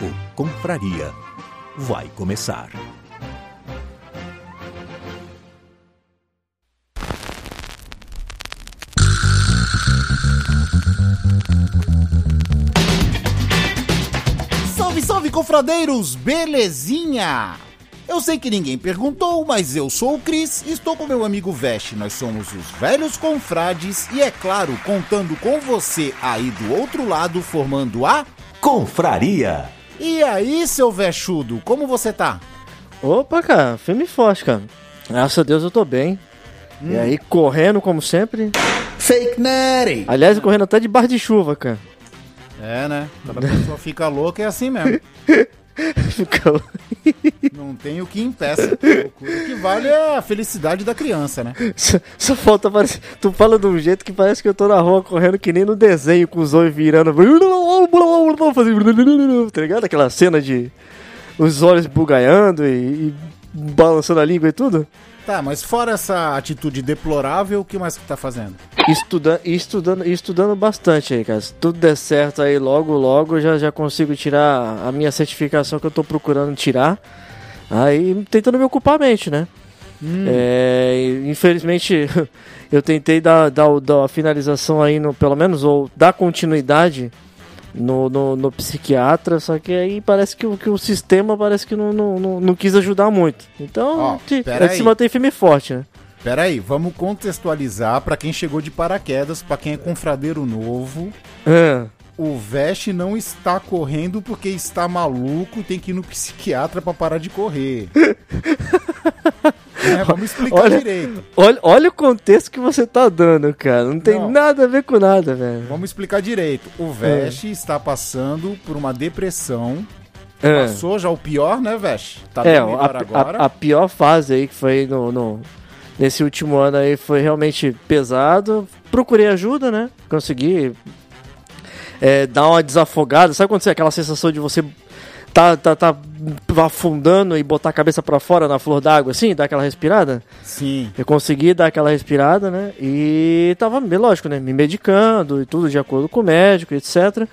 O Confraria vai começar. Salve, salve, confradeiros! Belezinha? Eu sei que ninguém perguntou, mas eu sou o Cris, estou com meu amigo Veste, nós somos os velhos confrades e, é claro, contando com você aí do outro lado, formando a. Confraria! E aí, seu Vechudo, como você tá? Opa, cara, filme forte, cara. Graças a Deus eu tô bem. E aí, correndo como sempre. Fake Nerdy! Aliás, correndo até de bar de chuva, cara. É, né? Quando a pessoa fica louca é assim mesmo. Ficou. Não tem o que impeça. O que vale é a felicidade da criança, né? Só, só falta parecer. Tu fala de um jeito que parece que eu tô na rua correndo que nem no desenho com os olhos virando. fazendo- Tá ligado? Aquela cena de os olhos bugaiando e, e balançando a língua e tudo. Tá, mas fora essa atitude deplorável, o que mais que tá fazendo? Estudando, estudando, estudando bastante aí, cara. Se tudo der certo aí, logo, logo eu já, já consigo tirar a minha certificação que eu tô procurando tirar. Aí tentando me ocupar a mente, né? É, e, infelizmente eu tentei dar, dar, o- dar a finalização aí, no, pelo menos, ou dar continuidade no, no, no psiquiatra, só que aí parece que, o- que o sistema parece que não, não, não, não quis ajudar muito. Então, Ó, te- pera é que se aí. mantém firme e forte, né? Peraí, vamos contextualizar pra quem chegou de paraquedas, pra quem é confradeiro novo. Ah. O Vest não está correndo porque está maluco e tem que ir no psiquiatra pra parar de correr. É, vamos explicar Olha- direito. Olha, olha o contexto que você tá dando, cara. Não tem Não. nada a ver com nada, velho. Vamos explicar direito. O Vest está passando por uma depressão. É, Passou já o pior, né, Vest? Tá É, bem a, melhor agora. a- a pior fase aí que foi no, no- nesse último ano aí foi realmente pesado. Procurei ajuda, né? Consegui é, dar uma desafogada. Sabe quando você aquela sensação de você tá, tá, tá afundando e botar a cabeça pra fora na flor d'água, assim, dar aquela respirada? Sim. Eu consegui dar aquela respirada, né? E tava, bem lógico, né? Me medicando e tudo de acordo com o médico, etc.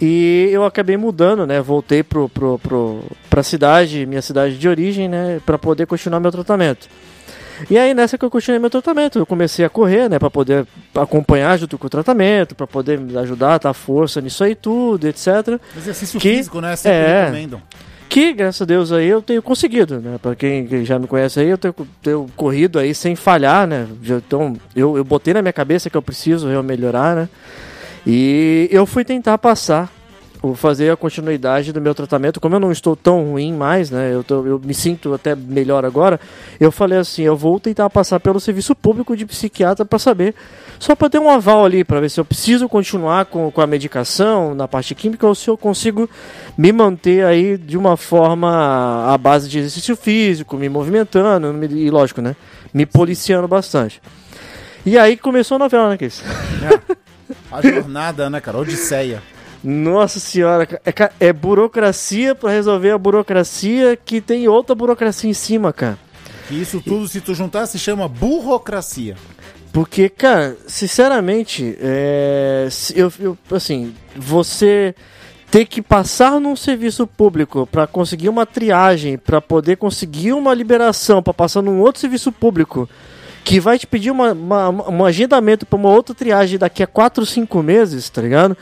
E eu acabei mudando, né? Voltei pro, pro, pro, pra cidade, minha cidade de origem, né? Pra poder continuar meu tratamento. E aí, nessa que eu continuei meu tratamento, eu comecei a correr, né? Pra poder acompanhar junto com o tratamento, pra poder me ajudar, dar força nisso aí tudo, etc. Exercício Que- físico, né? Sempre é. recomendam. Que, graças a Deus, aí eu tenho conseguido, né? Pra quem quem já me conhece aí, eu tenho, tenho corrido aí sem falhar, né? Já- Então, eu, eu botei na minha cabeça que eu preciso eu melhorar, né? E eu fui tentar passar, ou fazer a continuidade do meu tratamento. Como eu não estou tão ruim mais, né? Eu, tô- eu me sinto até melhor agora. Eu falei assim, eu vou tentar passar pelo serviço público de psiquiatra pra saber, só pra ter um aval ali, pra ver se eu preciso continuar com, com a medicação na parte química ou se eu consigo me manter aí de uma forma à base de exercício físico, me movimentando me- e lógico, né? Me policiando bastante. E aí começou a novela, né, Cris? A jornada, né, cara? Odisseia. Nossa senhora, ca- é, ca- é burocracia pra resolver a burocracia que tem outra burocracia em cima, cara. Que isso tudo, se tu juntar, se chama burocracia. Porque, cara, sinceramente, é, se- eu, eu- assim, você ter que passar num serviço público pra conseguir uma triagem, pra poder conseguir uma liberação, pra passar num outro serviço público, que vai te pedir uma, uma- um agendamento pra uma outra triagem daqui a 4, 5 meses, tá ligado?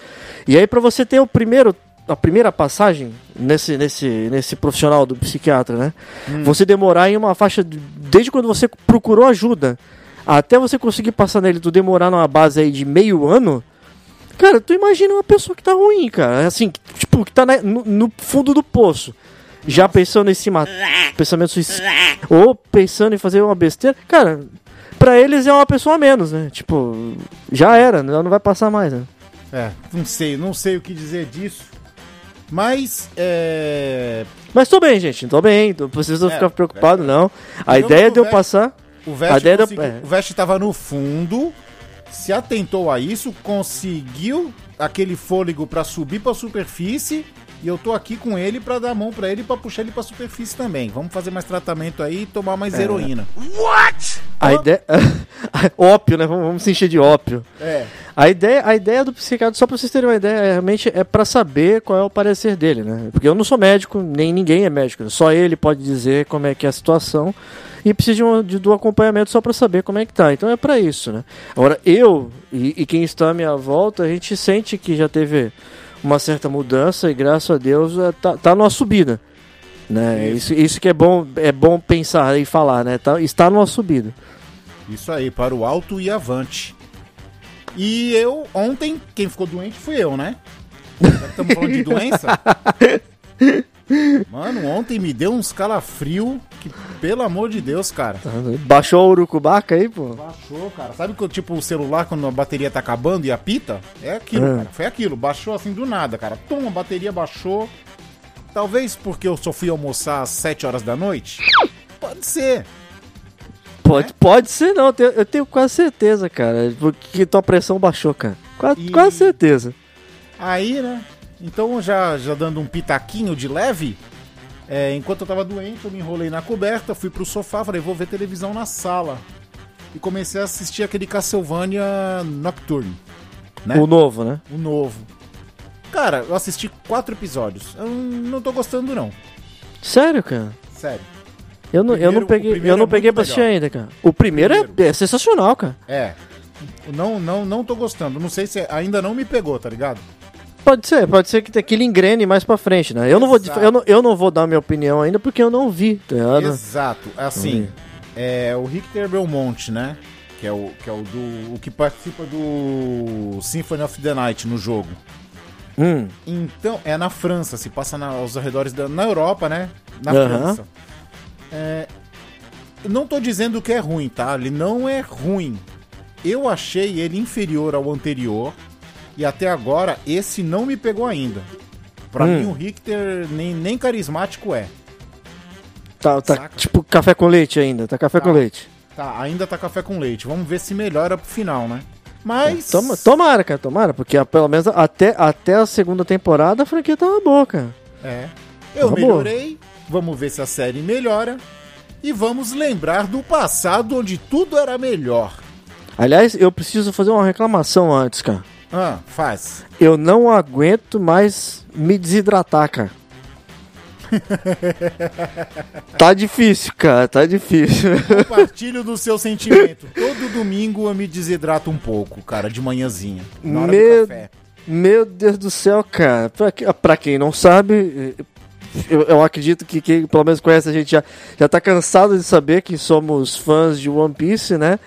E aí pra você ter o primeiro a primeira passagem nesse, nesse, nesse profissional do psiquiatra, né? Você demorar em uma faixa, de- desde quando você procurou ajuda, até você conseguir passar nele, tu demorar numa base aí de meio ano, cara, tu imagina uma pessoa que tá ruim, cara, assim, que, tipo, que tá na- no, no fundo do poço. Já pensando em se matar, pensamento suicida, ou pensando em fazer uma besteira, cara, pra eles é uma pessoa a menos, né? Tipo, já era, ela não vai passar mais, né? É, não sei, não sei o que dizer disso. Mas, é, Mas tô bem, gente. Tô bem. Não precisa É, ficar preocupado, não. A Digamos ideia que o de eu Vest- passar. o A Vest, ideia do- conseguiu- é. o Vest tava no fundo, se atentou a isso, conseguiu aquele fôlego pra subir pra superfície. E eu tô aqui com ele pra dar a mão pra ele pra puxar ele pra superfície também. Vamos fazer mais tratamento aí e tomar mais heroína. A ideia. ópio, né? Vamos, vamos se encher de ópio. É. A ideia, a ideia do psiquiatra, só pra vocês terem uma ideia, é, realmente é pra saber qual é o parecer dele, né? Porque eu não sou médico, nem ninguém é médico. Só ele pode dizer como é que é a situação e precisa de um, de- do acompanhamento só pra saber como é que tá. Então é pra isso, né? Agora, eu e, e quem está à minha volta, a gente sente que já teve uma certa mudança e graças a Deus é, tá, tá numa subida. Né? Isso, isso que é bom, é bom pensar e falar, né? Tá, está numa subida. Isso aí, para o alto e avante. E eu, ontem, quem ficou doente fui eu, né? Já que estamos falando de doença. Mano, ontem me deu uns calafrio que, pelo amor de Deus, cara. Baixou o urucubaca aí, pô? Baixou, cara. Sabe que, tipo, o celular, quando a bateria tá acabando e apita? É aquilo, É. cara. Foi aquilo. Baixou assim do nada, cara. Toma, a bateria baixou. Talvez porque eu só fui almoçar às 7 horas da noite. Pode ser. Né? Pode, pode ser, não. Eu tenho, eu tenho quase certeza, cara. Porque tua pressão baixou, cara. Quase, E- quase certeza. Aí, né? Então, já, já dando um pitaquinho de leve, é, enquanto eu tava doente, eu me enrolei na coberta, fui pro sofá, falei, vou ver televisão na sala. E comecei a assistir aquele Castlevania Nocturne, né? O novo, né? o novo. Cara, eu assisti quatro episódios. Eu não tô gostando, não. Sério, cara. Sério. Eu não, eu Primeiro- não o peguei, primeiro eu não é peguei muito pra assistir ainda, cara. O primeiro, É, Primeiro. é sensacional, cara. É. Não, não, não tô gostando. Não sei se é, ainda não me pegou, tá ligado? Pode ser, pode ser que aquilo engrene mais pra frente, né? Eu não, vou, dif- Exato. eu, não, eu não vou dar minha opinião ainda porque eu não vi, tá ligado? Exato. Assim, é o Richter Belmonte, né? Que é o que é o do o que participa do Symphony of the Night no jogo. Hum, Então, é na França, se passa na- aos arredores da na Europa, né? Na Aham. França. É, eu não tô dizendo que é ruim, tá? Ele não é ruim. Eu achei ele inferior ao anterior e até agora esse não me pegou ainda. Pra Hum. mim o Richter nem, nem carismático é. tá, tá Saca. tipo café com leite ainda, tá café com leite. Tá, ainda tá café com leite. Vamos ver se melhora pro final, né? Mas. Toma, tomara, cara, tomara, porque ah, pelo menos até, até a segunda temporada a franquia tava boa, cara. É. Eu Tá bom. melhorei. Vamos ver se a série melhora. E vamos lembrar do passado onde tudo era melhor. Aliás, eu preciso fazer uma reclamação antes, cara. Ah, faz. Eu não aguento mais me desidratar, cara. tá difícil, cara, tá difícil. Compartilho do seu sentimento. Todo domingo eu me desidrato um pouco, cara, de manhãzinha. Na hora Meu- do café. Meu Deus do céu, cara. Pra, que- pra quem não sabe, eu, eu acredito que quem pelo menos conhece a gente já, já tá cansado de saber que somos fãs de One Piece, né?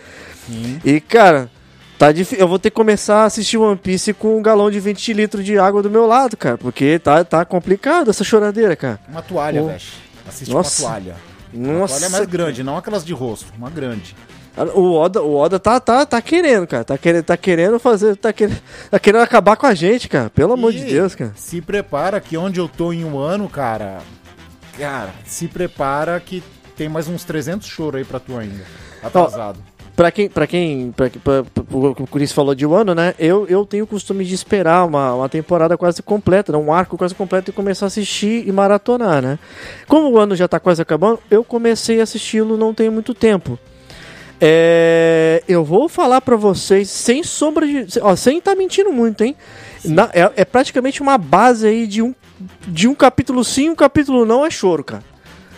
E, cara, tá difícil. Eu vou ter que começar a assistir One Piece com um galão de 20 litros de água do meu lado, cara. Porque tá, tá complicado essa choradeira, cara. Uma toalha, Oh. velho. Assiste Nossa. uma toalha. Uma Nossa, toalha mais grande, não aquelas de rosto. Uma grande. Cara, O Oda, o Oda tá, tá, tá querendo, cara. Tá querendo, tá querendo fazer. Tá querendo, tá querendo acabar com a gente, cara. Pelo amor de E Deus, cara. Se prepara que onde eu tô em um ano, cara. Cara, se prepara que tem mais uns 300 choro aí pra tu ainda. Tá Tá. Atrasado. Pra quem, pra quem pra, pra- pra- o que o Chris falou de Wano, né? Eu, eu tenho o costume de esperar uma, uma temporada quase completa, né, um arco quase completo e começar a assistir e maratonar, né? Como o ano já tá quase acabando, eu comecei a assisti-lo não tem muito tempo. É, eu vou falar pra vocês sem sombra de. Ó, sem tá mentindo muito, hein? Na- é, é praticamente uma base aí de um, de um capítulo sim, um capítulo não é choro, cara.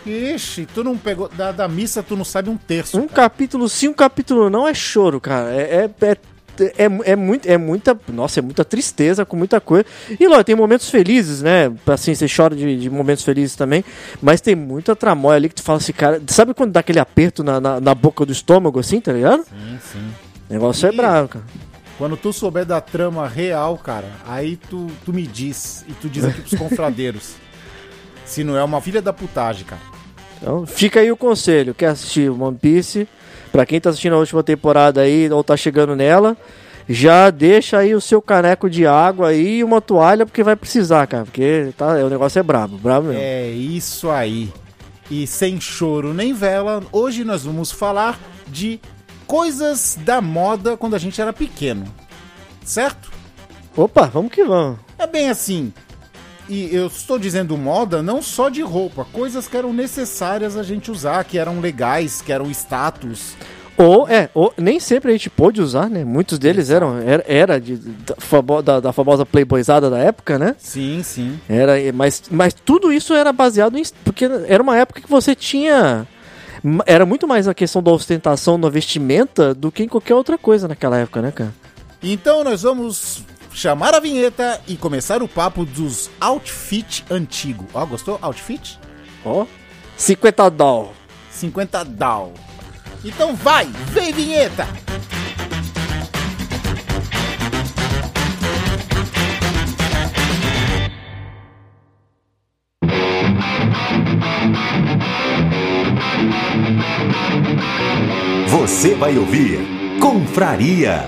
Ixi, tu não pegou. Da, da missa tu não sabe um terço. Um cara. capítulo sim, um capítulo não é choro, cara. É, é, é é, é, muito, é muita. Nossa, é muita tristeza com muita coisa. E, lógico, tem momentos felizes, né? Assim, você chora de, de momentos felizes também. Mas tem muita tramóia ali que tu fala assim, cara. Sabe quando dá aquele aperto na, na, na boca do estômago, assim, tá ligado? Sim, sim. O negócio é E- bravo, cara. Quando tu souber da trama real, cara, aí tu, tu me diz. E tu diz aqui pros confradeiros. Se não é uma filha da putagem, cara. Então, fica aí o conselho. Quer assistir One Piece? Pra quem tá assistindo a última temporada aí, ou tá chegando nela, já deixa aí o seu caneco de água aí e uma toalha, porque vai precisar, cara. Porque tá, o negócio é brabo, brabo mesmo. É isso aí. E sem choro nem vela, hoje nós vamos falar de coisas da moda quando a gente era pequeno. Certo? Opa, vamos que vamos. É bem assim. E eu estou dizendo moda não só de roupa, coisas que eram necessárias a gente usar, que eram legais, que eram status. Ou, é, ou, nem sempre a gente pôde usar, né? Muitos deles eram, era, era de, da, famo- da- da famosa playboyzada da época, né? Sim, sim. Era, e- mas, mas tudo isso era baseado em. Porque era uma época que você tinha. ma- Era muito mais a questão da ostentação na vestimenta do que em qualquer outra coisa naquela época, né, cara? Então nós vamos chamar a vinheta e começar o papo dos outfit antigo. Ó, gostou? Outfit? Ó. 50 doll. 50 down. Então vai, vem vinheta! Você vai ouvir Confraria.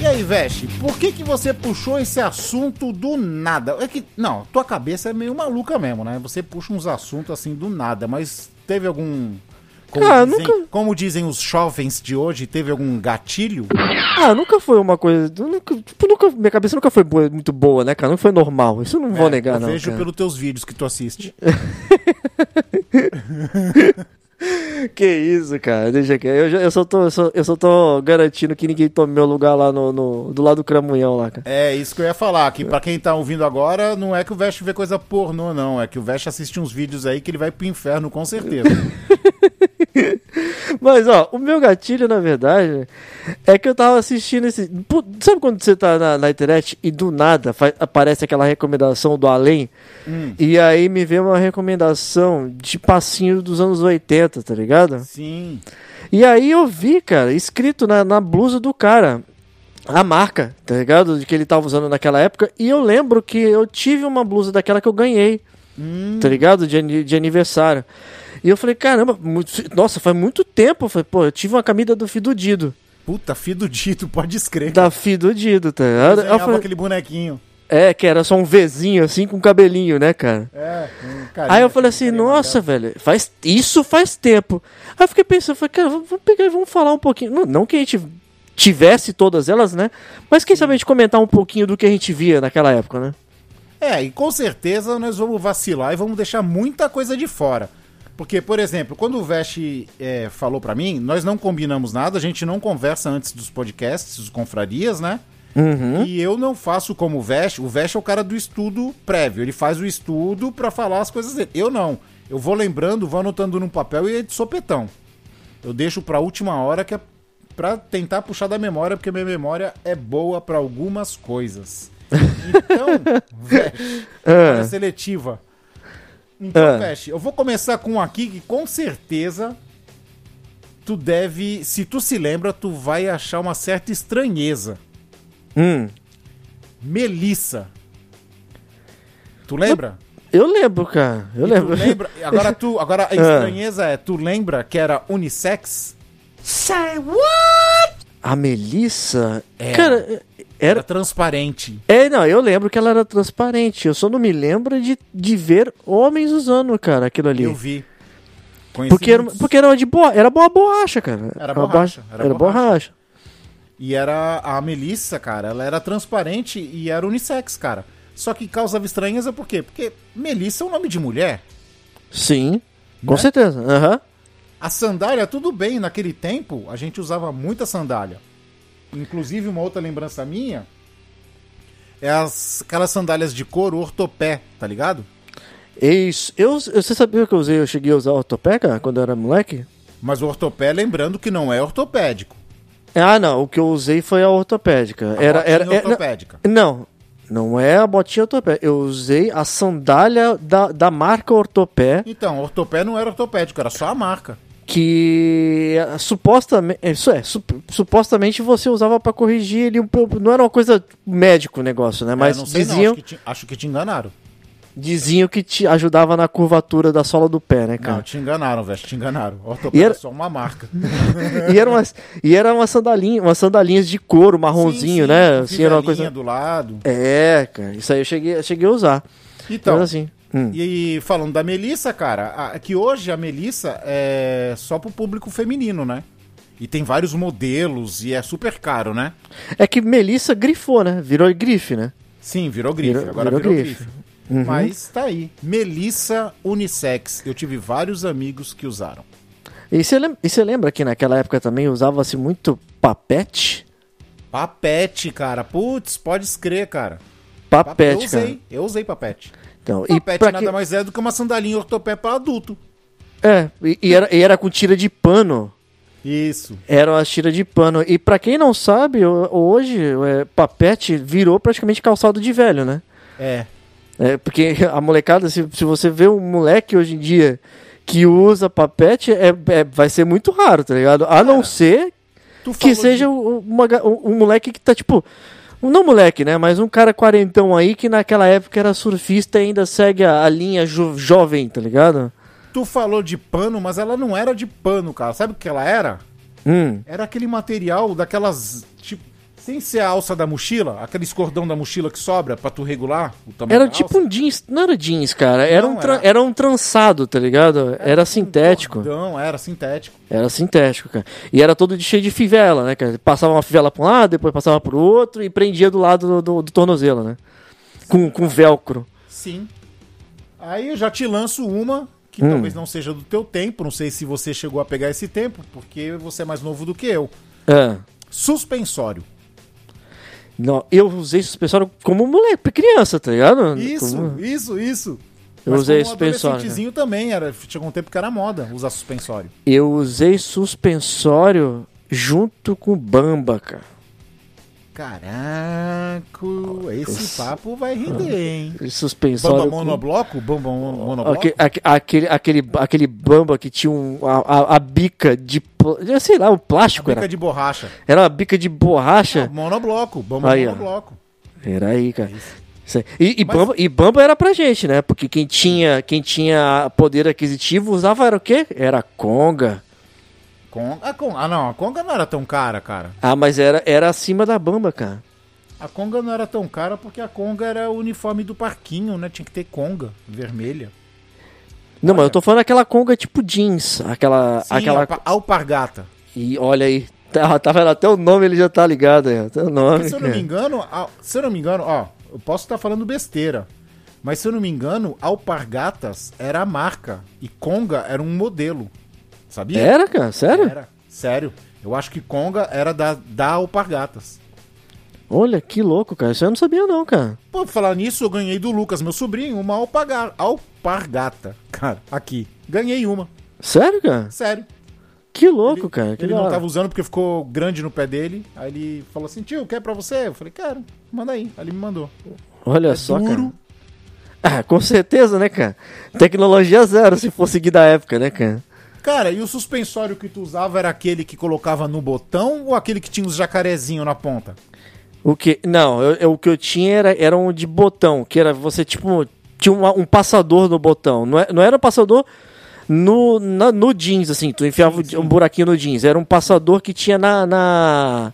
E aí, Veste, por que que você puxou esse assunto do nada? É que, não, tua cabeça é meio maluca mesmo, né? Você puxa uns assuntos assim do nada, mas teve algum... Como, Cara, dizem, Ah, nunca- como dizem os jovens de hoje, teve algum gatilho? Ah, nunca foi uma coisa. Nunca, tipo, nunca, minha cabeça nunca foi boa- muito boa, né, cara? Não foi normal. Isso eu não vou negar, É, Eu não. é. vejo cara. pelos teus vídeos que tu assiste. Que isso, cara. Deixa que eu, já- eu, só tô, eu, só, eu só tô garantindo que ninguém tome meu lugar lá no, no- do lado do Cramunhão lá, cara. É, isso que eu ia falar, que pra quem tá ouvindo agora, não é que o Veste vê coisa pornô, não. É que o Veste assiste uns vídeos aí que ele vai pro inferno, com certeza. Mas, ó, o meu gatilho, na verdade, é que eu tava assistindo esse. Pô, Sabe quando você tá na, na internet e do nada fa- aparece aquela recomendação do além? E aí me vê uma recomendação de passinho dos anos 80, tá ligado? Sim. E aí eu vi, cara, escrito na, na blusa do cara. A marca, tá ligado? De que ele tava usando naquela época. E eu lembro que eu tive uma blusa daquela que eu ganhei. Tá ligado? De, ani- de aniversário. E eu falei, caramba, muito- nossa, faz muito tempo. Eu falei, pô, eu tive uma camisa do Fidudido. Puta, fido dito, pode escrever. Da Fidudido, tá ligado? Eu Desenhava falei, aquele bonequinho. É, que era só um Vzinho assim com cabelinho, né, cara? É, um carinha, Aí eu falei assim, carinha nossa, velho, faz, isso faz tempo. Aí eu fiquei pensando, falei, cara, vamos vamos pegar e vamos falar um pouquinho. Não, não que a gente tivesse todas elas, né? Mas quem sabe a gente comentar um pouquinho do que a gente via naquela época, né? É, e com certeza nós vamos vacilar e vamos deixar muita coisa de fora. Porque, por exemplo, quando o Veste é, falou pra mim, nós não combinamos nada, a gente não conversa antes dos podcasts, dos confrarias, né? E eu não faço como o Veste. O Veste é o cara do estudo prévio. Ele faz o estudo pra falar as coisas dele. Eu não. Eu vou lembrando, vou anotando num papel e é de sopetão. Eu deixo pra última hora que é pra tentar puxar da memória, porque minha memória é boa pra algumas coisas. Então, Veste, É. memória seletiva. Então, Ah. Veste, eu vou começar com um aqui que com certeza tu deve, se tu se lembra, tu vai achar uma certa estranheza. Hum. Melissa. Tu lembra? Eu lembro, cara. Eu lembro. Ah. Tu lembra? Agora tu, agora a estranheza é, tu lembra que era unissex? A Melissa. Cara, era. Era transparente. É, não, eu lembro que ela era transparente. Eu só não me lembro de, de ver homens usando, cara, aquilo ali. Eu vi. Conheci Porque era, muitos. porque era uma de boa, era boa borracha, cara. Era uma borracha, borracha- era Era borracha. borracha. E era a Melissa, cara, ela era transparente e era unissex, cara. Só que causava estranheza por quê? Porque Melissa é um nome de mulher. Sim, com Né? certeza. Aham. A sandália, tudo bem, naquele tempo a gente usava muita sandália. Inclusive, uma outra lembrança minha É as, aquelas sandálias de couro ortopé, tá ligado? Isso. Eu, eu- você sabia que eu usei, eu cheguei a usar ortopé, cara, quando eu era moleque? Mas o ortopé, lembrando que não é ortopédico. Ah, não. O que eu usei foi a ortopédica. A era, era, é, botinha era- ortopédica. Não, não é a botinha ortopé. Eu usei a sandália da, da marca ortopé, Então, ortopé não era ortopédico, era só a marca. que ah, supostamente. Isso é, sup- supostamente você usava pra corrigir ali. um pouco- Não era uma coisa médico o negócio, né? Mas É, não sei não, diziam, acho, que te, acho que te enganaram. diziam que te ajudava na curvatura da sola do pé, né, Não, cara? te enganaram, velho, te enganaram. Ortopé E era... era- só uma marca. E era umas, e era umas sandalinhas, umas sandalinhas de couro marronzinho, Sim, sim, né? com Assim, era uma fivelinha coisa. do lado. É, cara, isso aí eu cheguei, eu cheguei a usar. Então, Mas assim. hum. E falando da Melissa, cara, a- que hoje a Melissa é só pro público feminino, né? E tem vários modelos e é super caro, né? É que Melissa grifou, né? Virou grife, né? Sim, virou grife. Virou- agora virou, virou grife. grife. Uhum. Mas tá aí. Melissa Unissex. Eu tive vários amigos que usaram. E você lem- e você lembra que naquela época também usava-se muito papete? Papete, cara. Putz, pode crer, cara. eu Papete, usei, cara. eu usei papete. Então, e Papete pra nada que... mais é do que uma sandalinha ortopé pra adulto. É, e, e era, e era com tira de pano. Isso. Eram as tiras de pano. E pra quem não sabe, ho- hoje é, papete virou praticamente calçado de velho, né? É. É, porque a molecada, se, se você vê um moleque hoje em dia que usa papete, é, é- vai ser muito raro, tá ligado? A É. não ser Tu que falou seja o- uma ga- um, um moleque que tá tipo. um- Não moleque, né? Mas um cara quarentão aí que naquela época era surfista e ainda segue a, a linha jo- jovem, tá ligado? Tu falou de pano, mas ela não era de pano, cara. Sabe o que ela era? Hum. Era aquele material daquelas. Tipo, sem ser a alça da mochila, aqueles cordão da mochila que sobra pra tu regular o tamanho Era da tipo alça. um jeans. Não era jeans, cara. Era, Não, um, tran- era- tipo um era... um trançado, tá ligado? Era, sintético. Não, era sintético. Era sintético, cara. E era todo de- cheio de fivela, né, cara? Passava uma fivela pra um lado, depois passava pro outro e prendia do lado do, do- do tornozelo, né? Com, com velcro. Sim. Aí eu já te lanço uma que Hum. talvez não seja do teu tempo, não sei se você chegou a pegar esse tempo, porque você é mais novo do que eu. É. Suspensório. Não, eu usei suspensório como moleque, criança, tá ligado? Isso, Como- isso, isso. Eu usei né? como suspensório, adolescentezinho também, era, chegou um tempo que era moda usar suspensório. Eu usei suspensório junto com bamba, cara. Caraca, esse papo vai render, hein? Suspensório. Bamba com- monobloco? Bamba mon- monobloco? Aque- aque- Aquele, aquele, aquele bamba que tinha um, a, a- a bica de. pl- eu Sei lá, o plástico Bica era. de borracha. Ah, Era uma bica de borracha. Monobloco. Bamba Aí, ó. monobloco. Peraí, cara. Isso aí. E, e Mas- bamba, e bamba era pra gente, né? Porque quem tinha, quem tinha poder aquisitivo usava era o quê? Era conga. Con- a con- Ah, não. A Conga não era tão cara, cara. Ah, mas era, era acima da bamba, cara. A Conga não era tão cara porque a Conga era o uniforme do parquinho, né? Tinha que ter Conga vermelha. Não, mas eu tô falando aquela conga tipo jeans. Aquela. Sim, aquela... alpa- alpargata. E olha aí. Tá, tá vendo? Até o nome ele já tá ligado aí. Até o nome. Porque, se eu não me cara. engano, a- se eu não me engano, ó, eu posso estar falando besteira, mas se eu não me engano, Alpargatas era a marca e Conga era um modelo. Sabia? Era, cara? Sério? Era. Sério. Eu acho que Conga era da, da Alpargatas. Olha que louco, cara. Isso eu não sabia, não, cara. Pô, por falar nisso, eu ganhei do Lucas, meu sobrinho, uma alpaga- alpargata. Cara, aqui. Ganhei uma. Sério, cara? Sério. Que louco, cara. Que Ele da não hora. tava usando porque ficou grande no pé dele. Aí ele falou assim, tio, quer pra você? Eu falei, quero. Manda aí. Aí ele me mandou. Olha só, duro. cara. Ah, com certeza, né, cara? Tecnologia zero, se for seguir da época, né, cara? Cara, e o suspensório que tu usava era aquele que colocava no botão ou aquele que tinha os jacarezinho na ponta? O que? Não, eu- eu- o que eu tinha era, era um de botão, que era você, tipo, tinha uma- um passador no botão. Não, é- não era um passador no, na- no jeans, assim, tu enfiava um buraquinho no jeans. Era um passador que tinha na. na...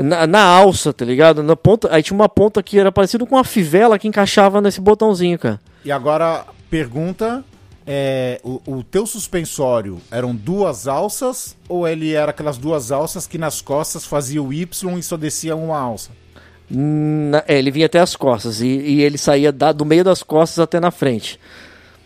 Na, na alça, tá ligado? Na ponta, aí tinha uma ponta que era parecida com uma fivela que encaixava nesse botãozinho, cara. E agora, pergunta: é, o, o teu suspensório eram duas alças ou ele era aquelas duas alças que nas costas fazia o Y e só descia uma alça? Na- é, ele vinha até as costas e, e ele saía da- do meio das costas até na frente.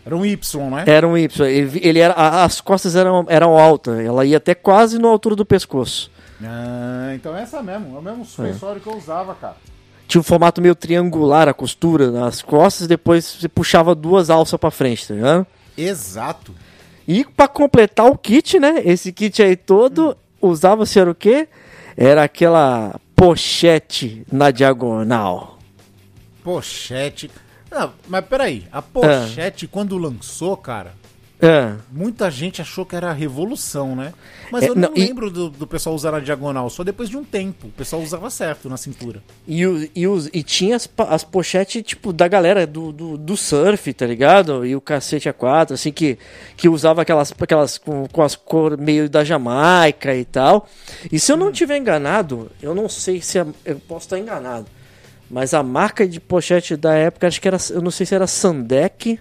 Era um Y, né? Era um Y. Ele, vi- ele era, a- as costas eram, eram altas, ela ia até quase na altura do pescoço. Ah, então é essa mesmo, é o mesmo suspensório que eu usava, cara. tinha um formato meio triangular a costura nas costas, e depois você puxava duas alças pra frente, tá ligado? Exato. E pra completar o kit, né? Esse kit aí todo, usava-se era o quê? Era aquela pochete na diagonal. Pochete. Não, mas peraí, a pochete quando lançou, cara, É. muita gente achou que era a revolução, né? Mas É, eu não, não, e- lembro do, do pessoal usar a diagonal, só depois de um tempo. O pessoal usava certo na cintura. E, o- e, os, e tinha as, pa- as pochetes, tipo, da galera do, do, do surf, tá ligado? E o cacete A4, assim, que, que usava aquelas, aquelas com, com as cores meio da Jamaica e tal. E se eu não tiver enganado, eu não sei se... a- eu posso estar enganado. Mas a marca de pochete da época, acho que era... Eu não sei se era Sandec.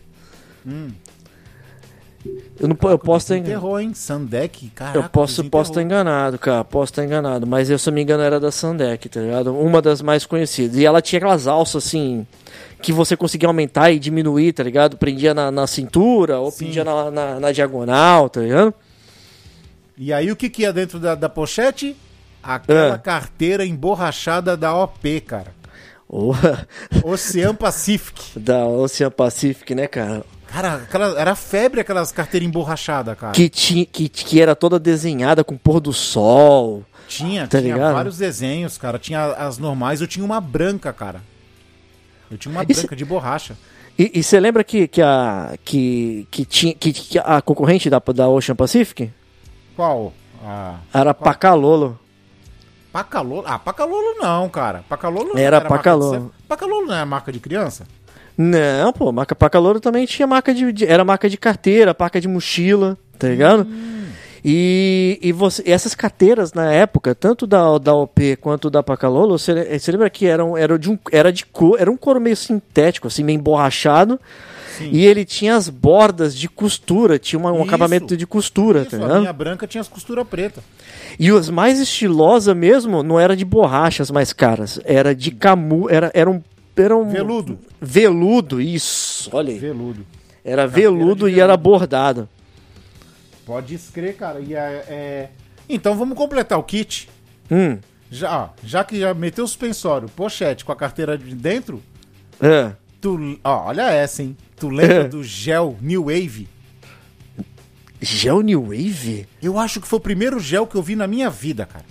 Eu, não, po- eu posso estar enganado. Enterrou, hein? Sandek, caraca. né? Eu posso, posso estar desenterrou. enganado, cara. Posso estar enganado. Mas eu, se eu me engano, era da Sandec, tá ligado? Uma das mais conhecidas. E ela tinha aquelas alças, assim, que você conseguia aumentar e diminuir, tá ligado? Prendia na, na cintura ou prendia na, na, na diagonal, tá ligado? E aí o que que ia dentro da, da pochete? Aquela É. carteira emborrachada da OP, cara. Ou Ocean Pacific. da Ocean Pacific, né, cara? Cara, aquela- era febre aquelas carteiras emborrachadas, cara. Que, ti, que, que era toda desenhada com pôr do sol. Tinha, Tá tinha ligado? vários desenhos, cara. Tinha as normais, eu tinha uma branca, cara. Eu tinha uma Isso- branca de borracha. E e você lembra que, que, a, que, que, tinha, que, que a concorrente da, da Ocean Pacific Qual? Ah, era Pacalolo? Pacalolo? Ah, Pacalolo não, cara. Pacalolo não Era marca de Pacalolo. ser- Pacalolo não é marca de criança? Não, pô, marca pra calouro também tinha marca de, de- Era marca de carteira, marca de mochila, tá ligado? E, e você, essas carteiras na época, tanto da, da OP quanto da Pacalolo, você, le- você lembra que eram, era, de um, era de cor, era um couro meio sintético, assim, meio emborrachado. E ele tinha as bordas de costura, tinha uma- um Isso. acabamento de costura, tá Isso, a ligado? minha branca tinha as costuras pretas. E as mais estilosas mesmo não era de borrachas mais caras, era de camu, era, era um. Era um Veludo. Veludo, isso, olha aí. Veludo. Era veludo de e era bordado. Pode escrever, cara. E é, é- Então vamos completar o kit. Hum. Já, ó, já que já meteu o suspensório, pochete com a carteira de dentro, É. tu. Ó, olha essa, hein? Tu lembra do gel New Wave? Gel New Wave? Eu acho que foi o primeiro gel que eu vi na minha vida, cara.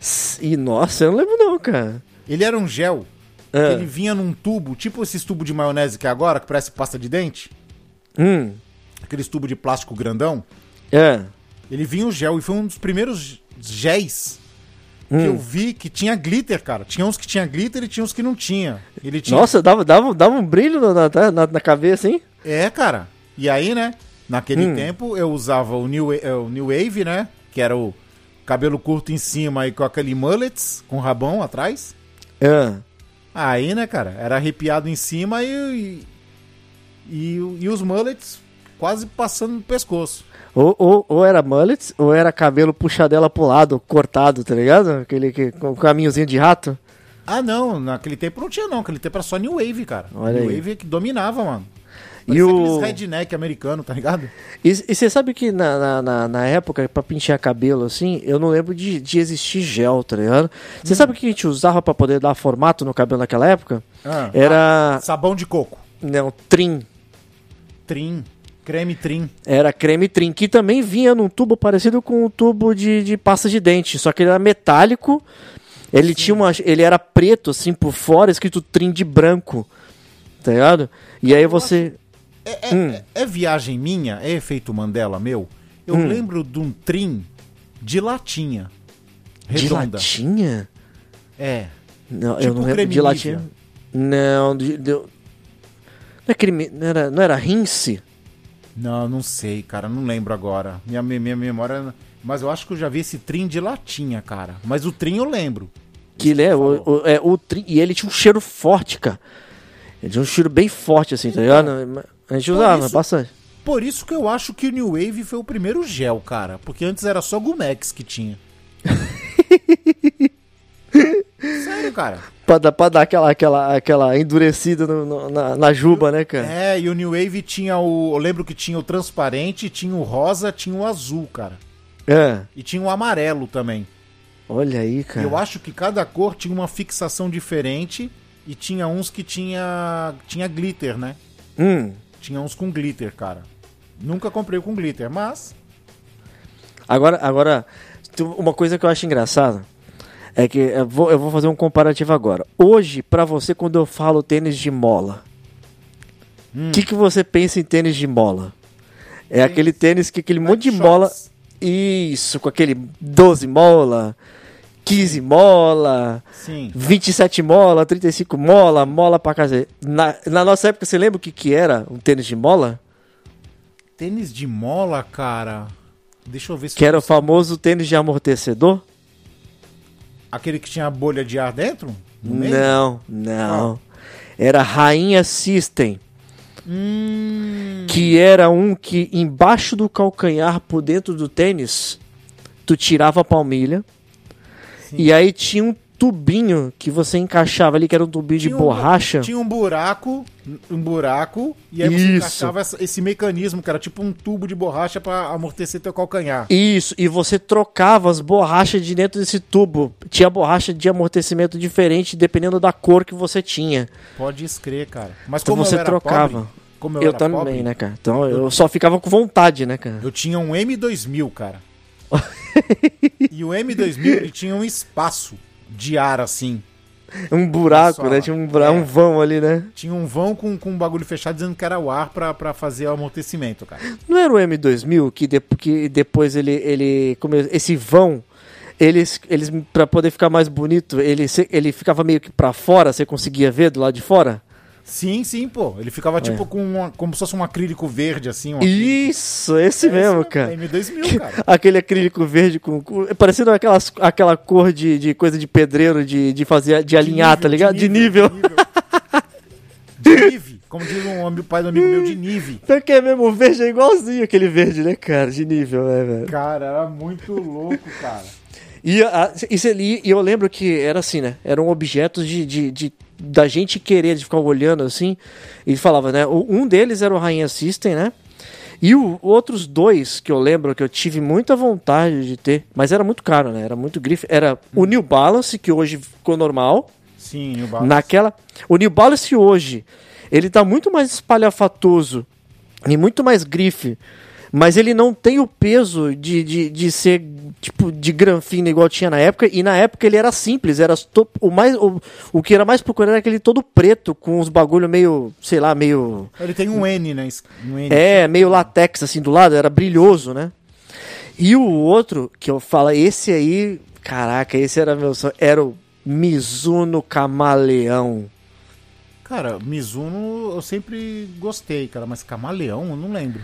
S- E nossa, eu não lembro não, cara. Ele era um gel. que É. Ele vinha num tubo, tipo esses tubos de maionese que é agora, que parece pasta de dente. Hum. Aqueles tubos de plástico grandão. É. Ele vinha um gel e foi um dos primeiros géis que eu vi que tinha glitter, cara. Tinha uns que tinha glitter e tinha uns que não tinha. Ele tinha. Nossa, dava, dava, dava um brilho na, na, na- na cabeça, hein? É, cara. E aí, né? Naquele tempo eu usava o New, Wa- eh, o New Wave, né? Que era o cabelo curto em cima e com aquele mullets, com rabão atrás. É. Aí, né, cara? Era arrepiado em cima e. E, e, o- e os mullets quase passando no pescoço. Ou, ou, ou era mullets, ou era cabelo puxadela pro lado, cortado, tá ligado? Aquele que, com o caminhozinho de rato. Ah, não, naquele tempo não tinha, não. Naquele tempo era só New Wave, cara. Olha New aí. Wave é que dominava, mano. E Parecia o... aqueles redneck americano, tá ligado? E você sabe que na, na, na, na época, pra pintar cabelo assim, eu não lembro de, de existir gel, tá ligado? Hum. Você sabe o que a gente usava pra poder dar formato no cabelo naquela época? Ah. Era. Sabão de coco. Não, trim. Trim. Creme trim. Era creme trim, que também vinha num tubo parecido com um tubo de, de pasta de dente, só que ele era metálico. Ele tinha uma. Ele era preto, assim, por fora, escrito trim de branco. Tá ligado? E aí você. É, é- Hum. é viagem minha? É efeito Mandela meu? Eu Hum. lembro de um trim de latinha. De Redonda. latinha? É. Não, Tipo eu não lembro creme de latinha. Nivea. Não, de, de- não é creme, não era, não era rinse? Não, não sei, cara. Não lembro agora. Minha, minha, minha memória. Mas eu acho que eu já vi esse trim de latinha, cara. Mas o trim eu lembro. Que ele é o, o- é o tri- e ele tinha um cheiro forte, cara. Ele tinha um cheiro bem forte assim, tá ligado? A gente usava Então, isso- bastante. Por isso que eu acho que o New Wave foi o primeiro gel, cara. Porque antes era só Gumex que tinha. Sério, cara. Pra dar, pra dar aquela, aquela, aquela endurecida no- no- na, na juba, né, cara? É, e o New Wave tinha o. Eu lembro que tinha o transparente, tinha o rosa, tinha o azul, cara. É. E tinha o amarelo também. Olha aí, Eu cara. acho que cada cor tinha uma fixação diferente E tinha uns que tinha, tinha glitter, né? Hum. Tinha uns com glitter, cara. Nunca comprei com glitter, mas. Agora, agora, tu- uma coisa que eu acho engraçada é que eu vou, eu vou fazer um comparativo agora. Hoje, pra você, quando eu falo tênis de mola, o Hum. que, que você pensa em tênis de mola? É aquele tênis que aquele monte de shorts. mola. Isso, com aquele 12 mola, 15 mola, Sim. 27 mola, 35 mola, mola pra casa. Na, na nossa época, você lembra o que, que era um tênis de mola? Tênis de mola, cara. Deixa eu ver se. Que era o famoso tênis de amortecedor? Aquele que tinha a bolha de ar dentro? No meio? Não, não. Era Rainha System, Hum. que era um que embaixo do calcanhar, por dentro do tênis, tu tirava a palmilha. E aí tinha um tubinho que você encaixava ali, que era um tubinho de Tinha um- borracha. tinha um buraco, um buraco, e aí você Isso. encaixava essa- esse mecanismo, que era tipo um tubo de borracha pra amortecer teu calcanhar. Isso, e você trocava as borrachas de dentro desse tubo. Tinha borracha de amortecimento diferente dependendo da cor que você tinha. Pode escrever, cara. Mas Então como você eu era trocava. pobre, como eu, Eu, era também, pobre, né, cara? Então eu só ficava com vontade, né, cara? Eu tinha um M2000, cara. e o M2000 ele tinha um espaço de ar assim. Um buraco, Só. né? Tinha um, bura- É. um vão ali, né? Tinha um vão com, com um bagulho fechado dizendo que era o ar pra, pra fazer o amortecimento, cara. Não era o M2000 que, de- que depois ele, ele como eu- esse vão eles eles para poder ficar mais bonito, ele se- ele ficava meio que pra fora, você conseguia ver do lado de fora? Sim, sim, pô. Ele ficava tipo com uma, como se fosse um acrílico verde assim, um É. Isso, esse acrílico. É né? mesmo, Esse cara. M2000, cara. Aquele acrílico verde com, com parecendo aquelas, aquela cor de, de coisa de pedreiro de, de fazer de alinhar, tá ligado? De nível. De nível. De nível. Como diz um homem, o pai do amigo meu, de nível. Então que é mesmo, o verde é igualzinho aquele verde, né, cara? De nível, né, velho? Cara, era muito louco, cara. E, a- isso ali- e eu lembro que era assim, né? Eram objetos de, de- de- da gente querer, de ficar olhando assim. E falava, né? o- Um deles era o Rainha System, né? E o, outros dois que eu lembro que eu tive muita vontade de ter, mas era muito caro, né? Era muito grife. Era o New Balance, que hoje ficou normal. Sim, o Balance. Naquela. O New Balance hoje, ele tá muito mais espalhafatoso e muito mais grife. Mas ele não tem o peso de, de, de ser tipo de granfina igual tinha na época. E na época ele era simples, era to- o mais o, o que era mais procurado era aquele todo preto, com uns bagulho meio, sei lá, meio. Ele tem um N, né? Um N. É, meio latex assim do lado, era brilhoso, né? E o outro, que eu falo, esse aí, caraca, esse era meu sonho, era o Mizuno Camaleão. Cara, Mizuno eu sempre gostei, cara, mas camaleão eu não lembro.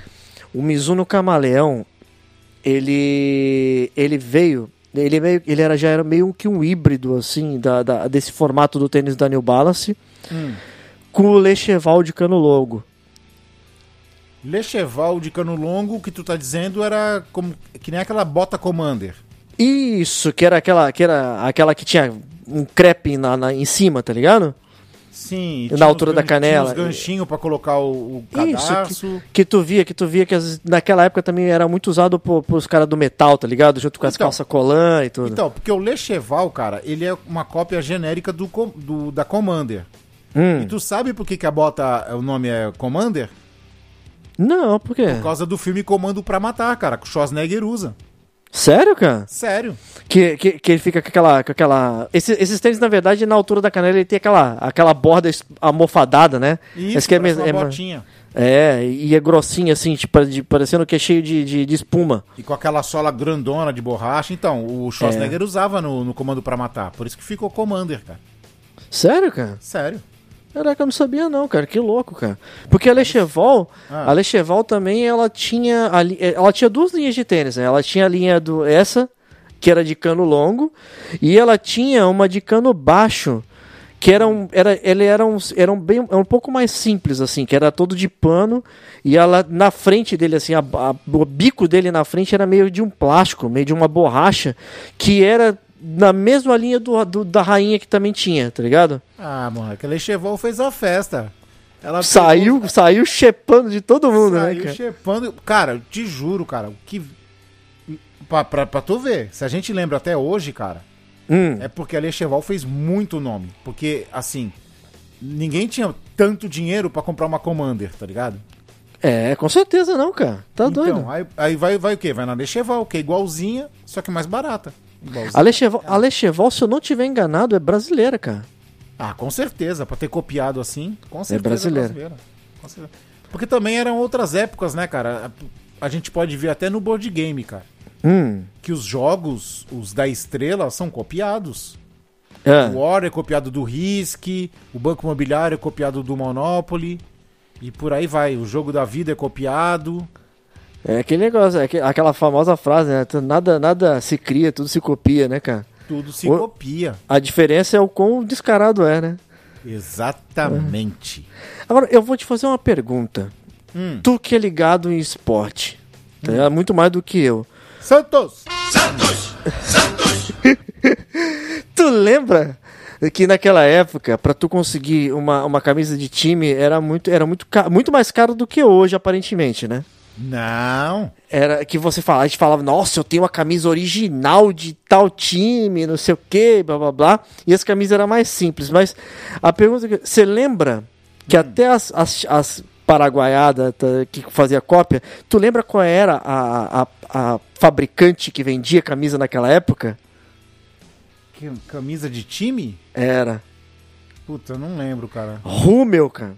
O Mizuno Camaleão, ele ele veio, ele meio, ele era já era meio que um híbrido assim da, da- desse formato do tênis da New Balance Hum. com o Lecheval de cano longo. Lecheval de cano longo, o que tu tá dizendo era como que nem aquela bota Commander. Isso, que era aquela que era aquela que tinha um crepe na, na- em cima, tá ligado? Sim. e Na tinha uns altura da gan- canela. Tinha uns ganchinhos pra colocar o, o Isso Um cadarço. que, que tu via, que tu via que as- naquela época também era muito usado por, os caras do metal, tá ligado? Junto com as Então. calça colã e tudo. Então, porque o Lecheval, cara, ele é uma cópia genérica do, com- do- da Commander. Hum. E tu sabe por que, que a bota, o nome é Commander? Não, por quê? Por causa do filme Comando pra Matar, cara, que o Schwarzenegger usa. Sério, cara? Sério. Que, que, que ele fica com aquela. Com aquela... Esse- esses tênis, na verdade, na altura da canela, ele tem aquela, aquela borda es- amorfadada, né? E isso Esse que é, parece mes- é, uma ma- botinha. é, e é grossinho, assim, tipo, de- parecendo que é cheio de, de, de espuma. E com aquela sola grandona de borracha. Então, o Schwarzenegger É. usava no, no Comando pra Matar. Por isso que ficou Commander, cara. Sério, cara? Sério. Caraca, eu não sabia não, cara. Que louco, cara. Porque a Lecheval, a Lecheval também, ela tinha, a li- eh, ela tinha duas linhas de tênis, né? Ela tinha a linha do essa que era de cano longo e ela tinha uma de cano baixo que era um, era, ele era um, era um bem, era um pouco mais simples assim, que era todo de pano e ela na frente dele assim, a, a- o bico dele na frente era meio de um plástico, meio de uma borracha que era na mesma linha do, do- da rainha que também tinha, tá ligado? Ah, moleque, a Lecheval fez a festa. Ela Saiu, saiu chepando de todo mundo, né, Saiu cara? chepando. Cara, eu te juro, cara, o que. Pra, pra, pra tu ver, se a gente lembra até hoje, cara, Hum, é porque a Lecheval fez muito nome. Porque, assim, ninguém tinha tanto dinheiro pra comprar uma Commander, tá ligado? É, com certeza não, cara. Tá doido. Então, aí, aí vai, vai o quê? Vai na Lecheval, que é igualzinha, só que mais barata. Igualzinha. A Lecheval, tá a Lecheval, se eu não tiver enganado, é brasileira, cara. Ah, com certeza, pra ter copiado assim, com É certeza brasileira. Com certeza. Porque também eram outras épocas, né, cara? A, a gente pode ver até no board game, cara, Hum. que os jogos, os da estrela, são copiados. O É. War é copiado do Risk, o Banco Imobiliário é copiado do Monopoly, e por aí vai. O jogo da vida é copiado. É aquele negócio, é aque- aquela famosa frase, né? Tu- Nada, nada se cria, tudo se copia, né, cara? Tudo se O- copia. A diferença é o quão descarado é, né? Exatamente. Agora, eu vou te fazer uma pergunta. Hum. Tu que é ligado em esporte, tá? muito mais do que eu. Santos! Tu lembra que naquela época, pra tu conseguir uma, uma camisa de time, era muito era muito, ca- muito mais caro do que hoje, aparentemente, né? Não! Era que você falava, a gente falava, nossa, eu tenho uma camisa original de tal time, não sei o que, blá blá blá. E essa camisa era mais simples. Mas a pergunta é que. Você lembra que até as, as, as paraguaiadas tá, que fazia cópia, tu lembra qual era a, a, a fabricante que vendia camisa naquela época? Que camisa de time? Era Puta, eu não lembro, cara. Rummel, cara.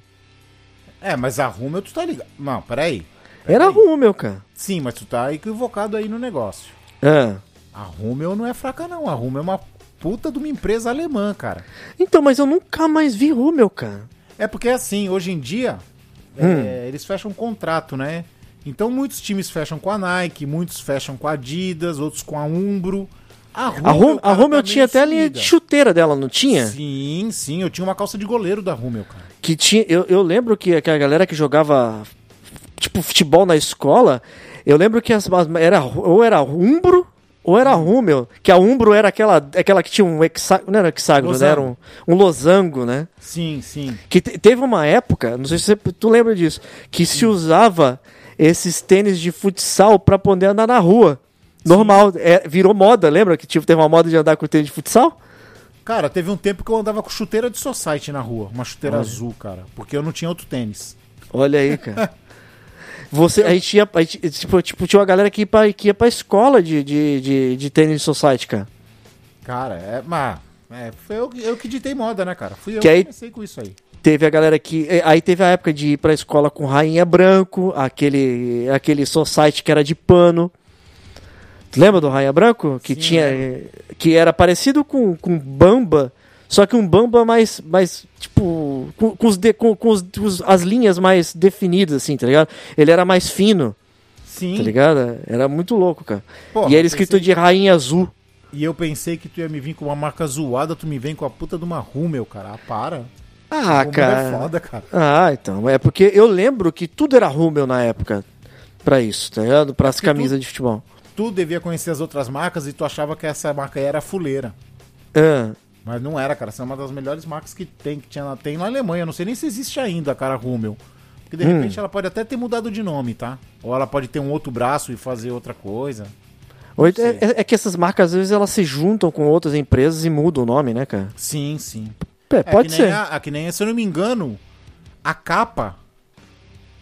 É, mas a Rummel tu tá ligado. Não, peraí. Era Rummel, cara. Sim, mas tu tá equivocado aí no negócio. Ah. A Rummel não é fraca, não. A Rummel é uma puta de uma empresa alemã, cara. Então, mas eu nunca mais vi Rummel, cara. É porque assim, hoje em dia, Hum. é, eles fecham um contrato, né? Então muitos times fecham com a Nike, muitos fecham com a Adidas, outros com a Umbro. A Rummel, A, Rum, a cara, Rummel tá tinha meio até a linha de sumida. chuteira dela, não tinha? Sim, sim. Eu tinha uma calça de goleiro da Rummel, cara. que tinha. Eu, eu lembro que, que a galera que jogava tipo futebol na escola, eu lembro que as, as- era ou era Umbro ou era Rúmel, que a Umbro era aquela aquela que tinha um hexágono, não era hexágono, né? era um, um losango, né? Sim, sim. Que te- teve uma época, não sei se você, tu lembra disso, que se usava esses tênis de futsal pra poder andar na rua. Normal, é, virou moda, lembra que tipo, teve uma moda de andar com tênis de futsal? Cara, teve um tempo que eu andava com chuteira de society na rua. Uma chuteira azul, cara. Porque eu não tinha outro tênis. Olha aí, cara. Você, a gente ia, a gente- tipo, tipo, tinha uma galera que ia pra, que ia pra escola de, de, de, de tênis society, cara. Cara, é. Mas. É, foi eu, que- eu que ditei moda, né, cara? Fui eu Que que aí- comecei com isso aí. Teve a galera que. eh, Aí teve a época de ir pra escola com rainha branco, aquele, aquele society que era de pano. Tu lembra do rainha branco? Que Sim, tinha. eh, Que era parecido com, com bamba, só que um bamba mais. mais tipo. Com, com os de- com- com os- com os- as linhas mais definidas, assim, tá ligado? Ele era mais fino. Sim. Tá ligado? Era muito louco, cara. Porra, e era pensei- escrito de rainha azul. E eu pensei que tu ia me vir com uma marca zoada, tu me vem com a puta de uma Rummel, cara. Ah, para. Ah, Rummel é cara. foda, cara. ah, então. É porque eu lembro que tudo era Rummel na época. Pra isso, tá ligado? Pra as camisas de futebol. Tu devia conhecer as outras marcas e tu achava que essa marca aí era fuleira. Ah, Mas não era, cara. Essa é uma das melhores marcas que tem, que tinha, na- tem na Alemanha. Não sei nem se existe ainda, cara, a Rummel. Porque de Hum. repente ela pode até ter mudado de nome, tá? Ou ela pode ter um outro braço e fazer outra coisa. ou então- é, é que essas marcas, às vezes, elas se juntam com outras empresas e mudam o nome, né, cara? Sim, sim. É, É pode que nem ser. A, a que nem, se eu não me engano, a capa,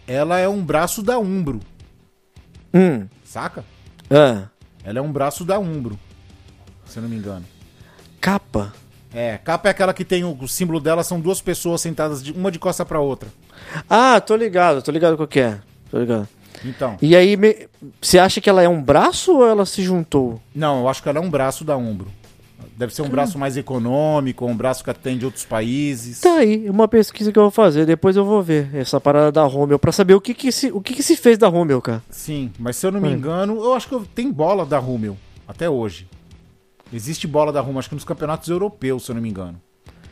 ela é um braço da Umbro, Hum. saca? Ah, Ela é um braço da Umbro, se eu não me engano. capa. É, capa é aquela que tem o, o símbolo dela, são duas pessoas sentadas, de, uma de costa pra outra. Ah, tô ligado, tô ligado qual que é. Tô ligado. Então, E aí, me- você acha que ela é um braço ou ela se juntou? não, eu acho que ela é um braço da Umbro. Deve Ah. ser um braço mais econômico, um braço que atende outros países. Tá aí, uma pesquisa que eu vou fazer, depois eu vou ver essa parada da Romeo pra saber o que que se, o que que se fez da Romeo, cara. Sim, mas se eu não me engano, eu acho que eu- tem bola da Rummel até hoje. Existe bola da Rummel, acho que nos campeonatos europeus, se eu não me engano.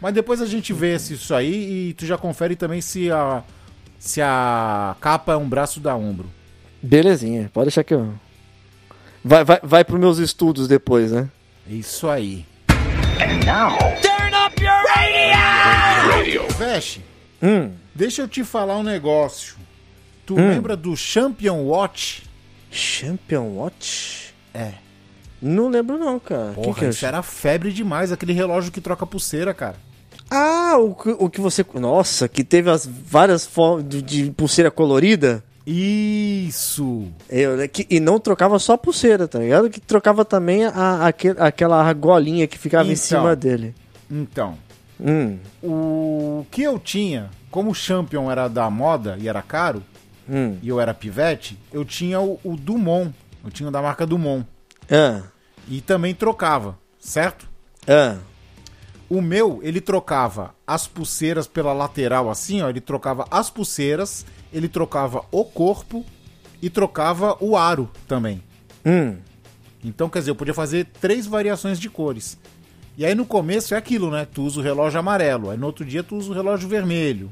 Mas depois a gente vê se isso aí e tu já confere também se a se a capa é um braço da ombro. Belezinha, pode deixar que eu. Vai, vai, vai pros meus estudos depois, né? É isso aí. Veste, Hum, deixa eu te falar um negócio. Tu lembra do Champion Watch? Champion Watch? É. Não lembro não, cara. O que Porra, que é isso era febre demais, aquele relógio que troca pulseira, cara. Ah, o, que- o que você. Nossa, que teve as várias formas de, de pulseira colorida. Isso. Eu, né, que- e não trocava só a pulseira, tá ligado? Que trocava também a, aquele- aquela argolinha que ficava em Então. cima dele. Então, Hum, o que eu tinha, como o Champion era da moda e era caro, hum. e eu era pivete, eu tinha o, o Dumont. Eu tinha o da marca Dumont. Ah, E também trocava, certo? ah. O meu, ele trocava as pulseiras pela lateral, assim, ó. Ele trocava as pulseiras, ele trocava o corpo e trocava o aro também. Hum. Então, quer dizer, eu podia fazer três variações de cores. E aí no começo é aquilo, né? Tu usa o relógio amarelo, aí no outro dia tu usa o relógio vermelho.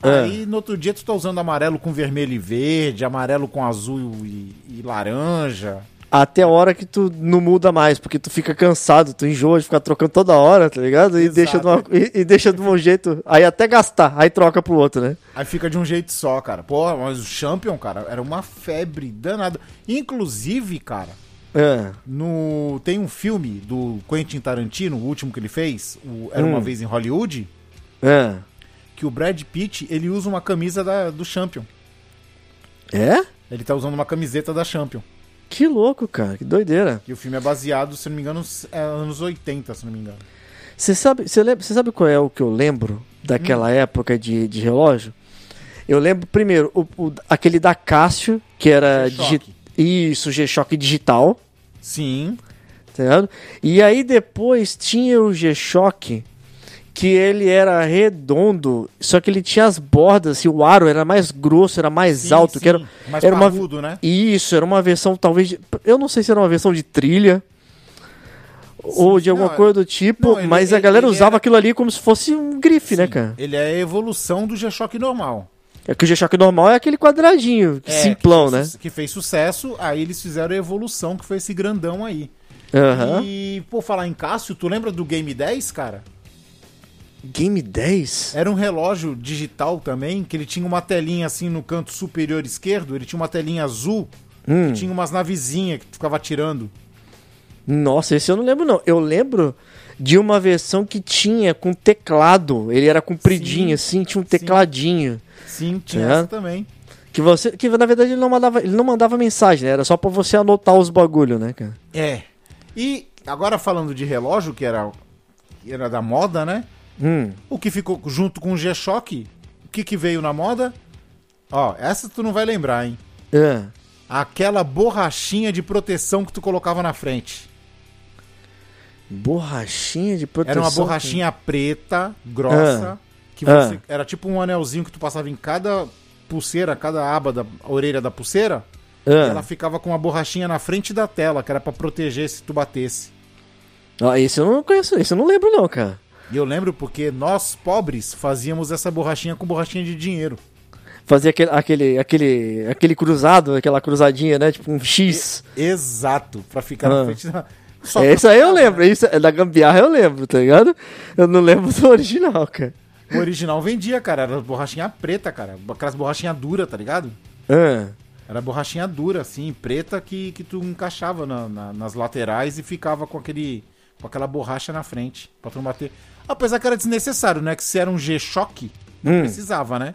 É. Aí no outro dia tu tá usando amarelo com vermelho e verde, amarelo com azul e, e laranja. Até a hora que tu não muda mais, porque tu fica cansado, tu enjoa de ficar trocando toda hora, tá ligado? E, Exato. deixa de, uma- e, e deixa de um jeito. Aí até gastar, aí troca pro outro, né? Aí fica de um jeito só, cara. Pô, mas o Champion, cara, era uma febre danada. Inclusive, cara, Ah, no tem um filme do Quentin Tarantino, o último que ele fez, o Era Uma Hum. Vez em Hollywood, ah. que o Brad Pitt, ele usa uma camisa da- do Champion. É? Ele tá usando uma camiseta da Champion. Que louco, cara, que doideira. E o filme é baseado, se não me engano, nos- é, anos 80, se não me engano. Você sabe, você lembra- você sabe qual é o que eu lembro Hum. daquela época de, de relógio? Eu lembro primeiro o- o- aquele da Cássio, que era G-Shock. digi- isso, G-Shock digital, Sim. tá ligado? E aí depois tinha o G-Shock que ele era redondo, só que ele tinha as bordas e o aro era mais grosso, era mais Sim, alto, sim. que era Mais era uma parrudo, né? Isso, era uma versão talvez, de- eu não sei se era uma versão de trilha ou de alguma não, coisa do tipo, não, ele- mas a ele- galera ele usava era- aquilo ali como se fosse um grife, né, cara? Ele é a evolução do G-Shock normal. É que o G-Shock normal é aquele quadradinho, É, simplão, que né? fez, su- Que fez sucesso, aí eles fizeram a evolução, que foi esse grandão aí. Aham. E, pô, falar em Cássio, tu lembra do Game 10, cara? Game 10? Era um relógio digital também, que ele tinha uma telinha assim no canto superior esquerdo, ele tinha uma telinha azul, Hum. que tinha umas navezinhas que tu ficava tirando. Nossa, esse eu não lembro, não. Eu lembro de uma versão que tinha com teclado. Ele era compridinho, assim, tinha um tecladinho. Sim, tinha É. essa também. Que você. Que na verdade ele não mandava, ele não mandava mensagem, né? Era só pra você anotar os bagulho, né, cara? É. E agora falando de relógio, que era, que era da moda, né? Hum. O que ficou junto com o G-Shock, o que, que veio na moda? Ó, essa tu não vai lembrar, hein? É. Aquela borrachinha de proteção que tu colocava na frente. Borrachinha de proteção. Era uma borrachinha preta, grossa, que Ah. você- era tipo um anelzinho que tu passava em cada pulseira, cada aba da a orelha da pulseira. É. Ela ficava com uma borrachinha na frente da tela, que era pra proteger se tu batesse. Ó, esse eu não conheço, esse eu não lembro, não, cara. E eu lembro porque nós, pobres, fazíamos essa borrachinha com borrachinha de dinheiro. Fazia aquele, aquele, aquele, aquele cruzado, aquela cruzadinha, né? Tipo um X. Exato, pra ficar Ah. na frente da... Só é, pra isso aí eu ficar, lembro, né? isso é da gambiarra eu lembro, tá ligado? Eu não lembro do original, cara. O original vendia, cara, era borrachinha preta, cara. Aquelas borrachinha dura, tá ligado? Ah, Era borrachinha dura, assim, preta, que, que tu encaixava na- na- nas laterais e ficava com aquele com aquela borracha na frente pra tu não bater. Apesar que era desnecessário, né? Que se era um G-Shock, não Hum. precisava, né?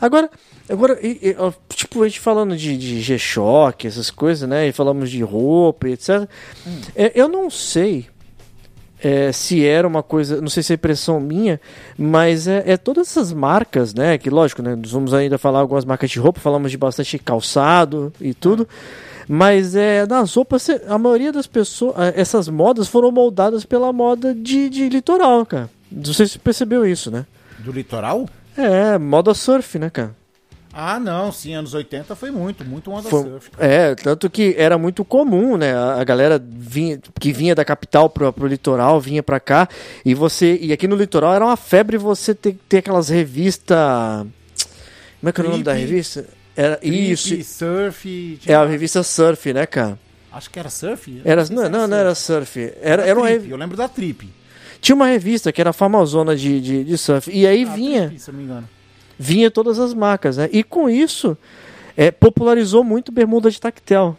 Agora, agora e- e, ó, tipo, a gente falando de, de G-Shock, essas coisas, né? E falamos de roupa e etc. É, eu não sei é, se era uma coisa, não sei se é impressão minha, mas é, é todas essas marcas, né? Que lógico, né? Nós vamos ainda falar algumas marcas de roupa, falamos de bastante calçado e tudo. Mas é, nas roupas, cê- a maioria das pessoas, ah, essas modas foram moldadas pela moda de, de litoral, cara. Não sei se você percebeu isso, né? Do litoral? É, moda surf, né, cara? Ah, não, sim, anos 80 foi um- muito, muito moda Foi- surf. é, tanto que era muito comum, né? A a galera vinha, que vinha da capital pro, pro litoral, vinha pra cá, e você. E aqui no litoral era uma febre você ter, ter aquelas revistas. Como é que é o nome da Trip. revista? Era Trip, isso. surf. É tinha- a revista Surf, né, cara? Acho que era surf? Era, sei se não, não, não era surf. Era, Era era um uma, trip, revi- Eu lembro da Trip. tinha uma revista que era famosona de, de, de surf. E aí Ah, vinha. Trip, se eu não me engano. vinha todas as marcas, né? E com isso, é, popularizou muito bermuda de tactel.